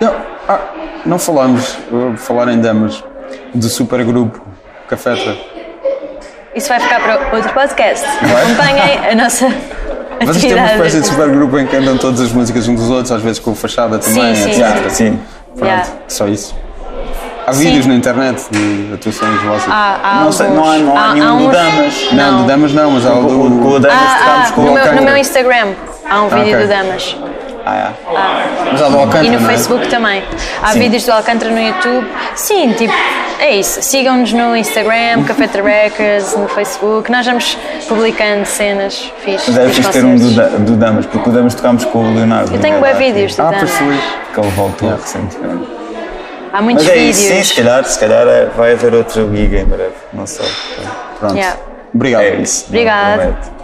Não, ah, não falámos, vou falar em damas, do supergrupo Cafetra. Isso vai ficar para outro podcast. é? Acompanhem a nossa Vocês têm é uma atividade. espécie de supergrupo em que andam todas as músicas uns dos outros, às vezes com fachada também, Sim, sim. etc. Ah, sim. Pronto, Yeah. só isso. Há vídeos na internet de atuações vossas. Há, há Não sei, não há- não há alguns. nenhum do uns- Damas. não, de damas não, mas há o Com do. o- com o Damas Ah, tocámos ah, com no, o meu, no Alcântara. meu Instagram há um vídeo ok. do Damas. Ah, é. mas há do Alcântara, E no não é? Facebook também. Há vídeos do Alcântara no YouTube. Sim, tipo, é isso. Sigam-nos no Uhum. Instagram, Café de Records, no Facebook. Nós vamos publicando cenas fixas. Mas era fixe ter um do, Da- do Damas, porque o Damas tocámos com o Leonardo. Eu tenho bué bué vídeos do Ah, pois Damas. foi. Que ele voltou recentemente. Há muitos Mas é vídeos. isso, sim, se calhar, se calhar é- vai haver outro giga em breve, não sei. Pronto. Yeah. Obrigado. É isso. Obrigada. Obrigado.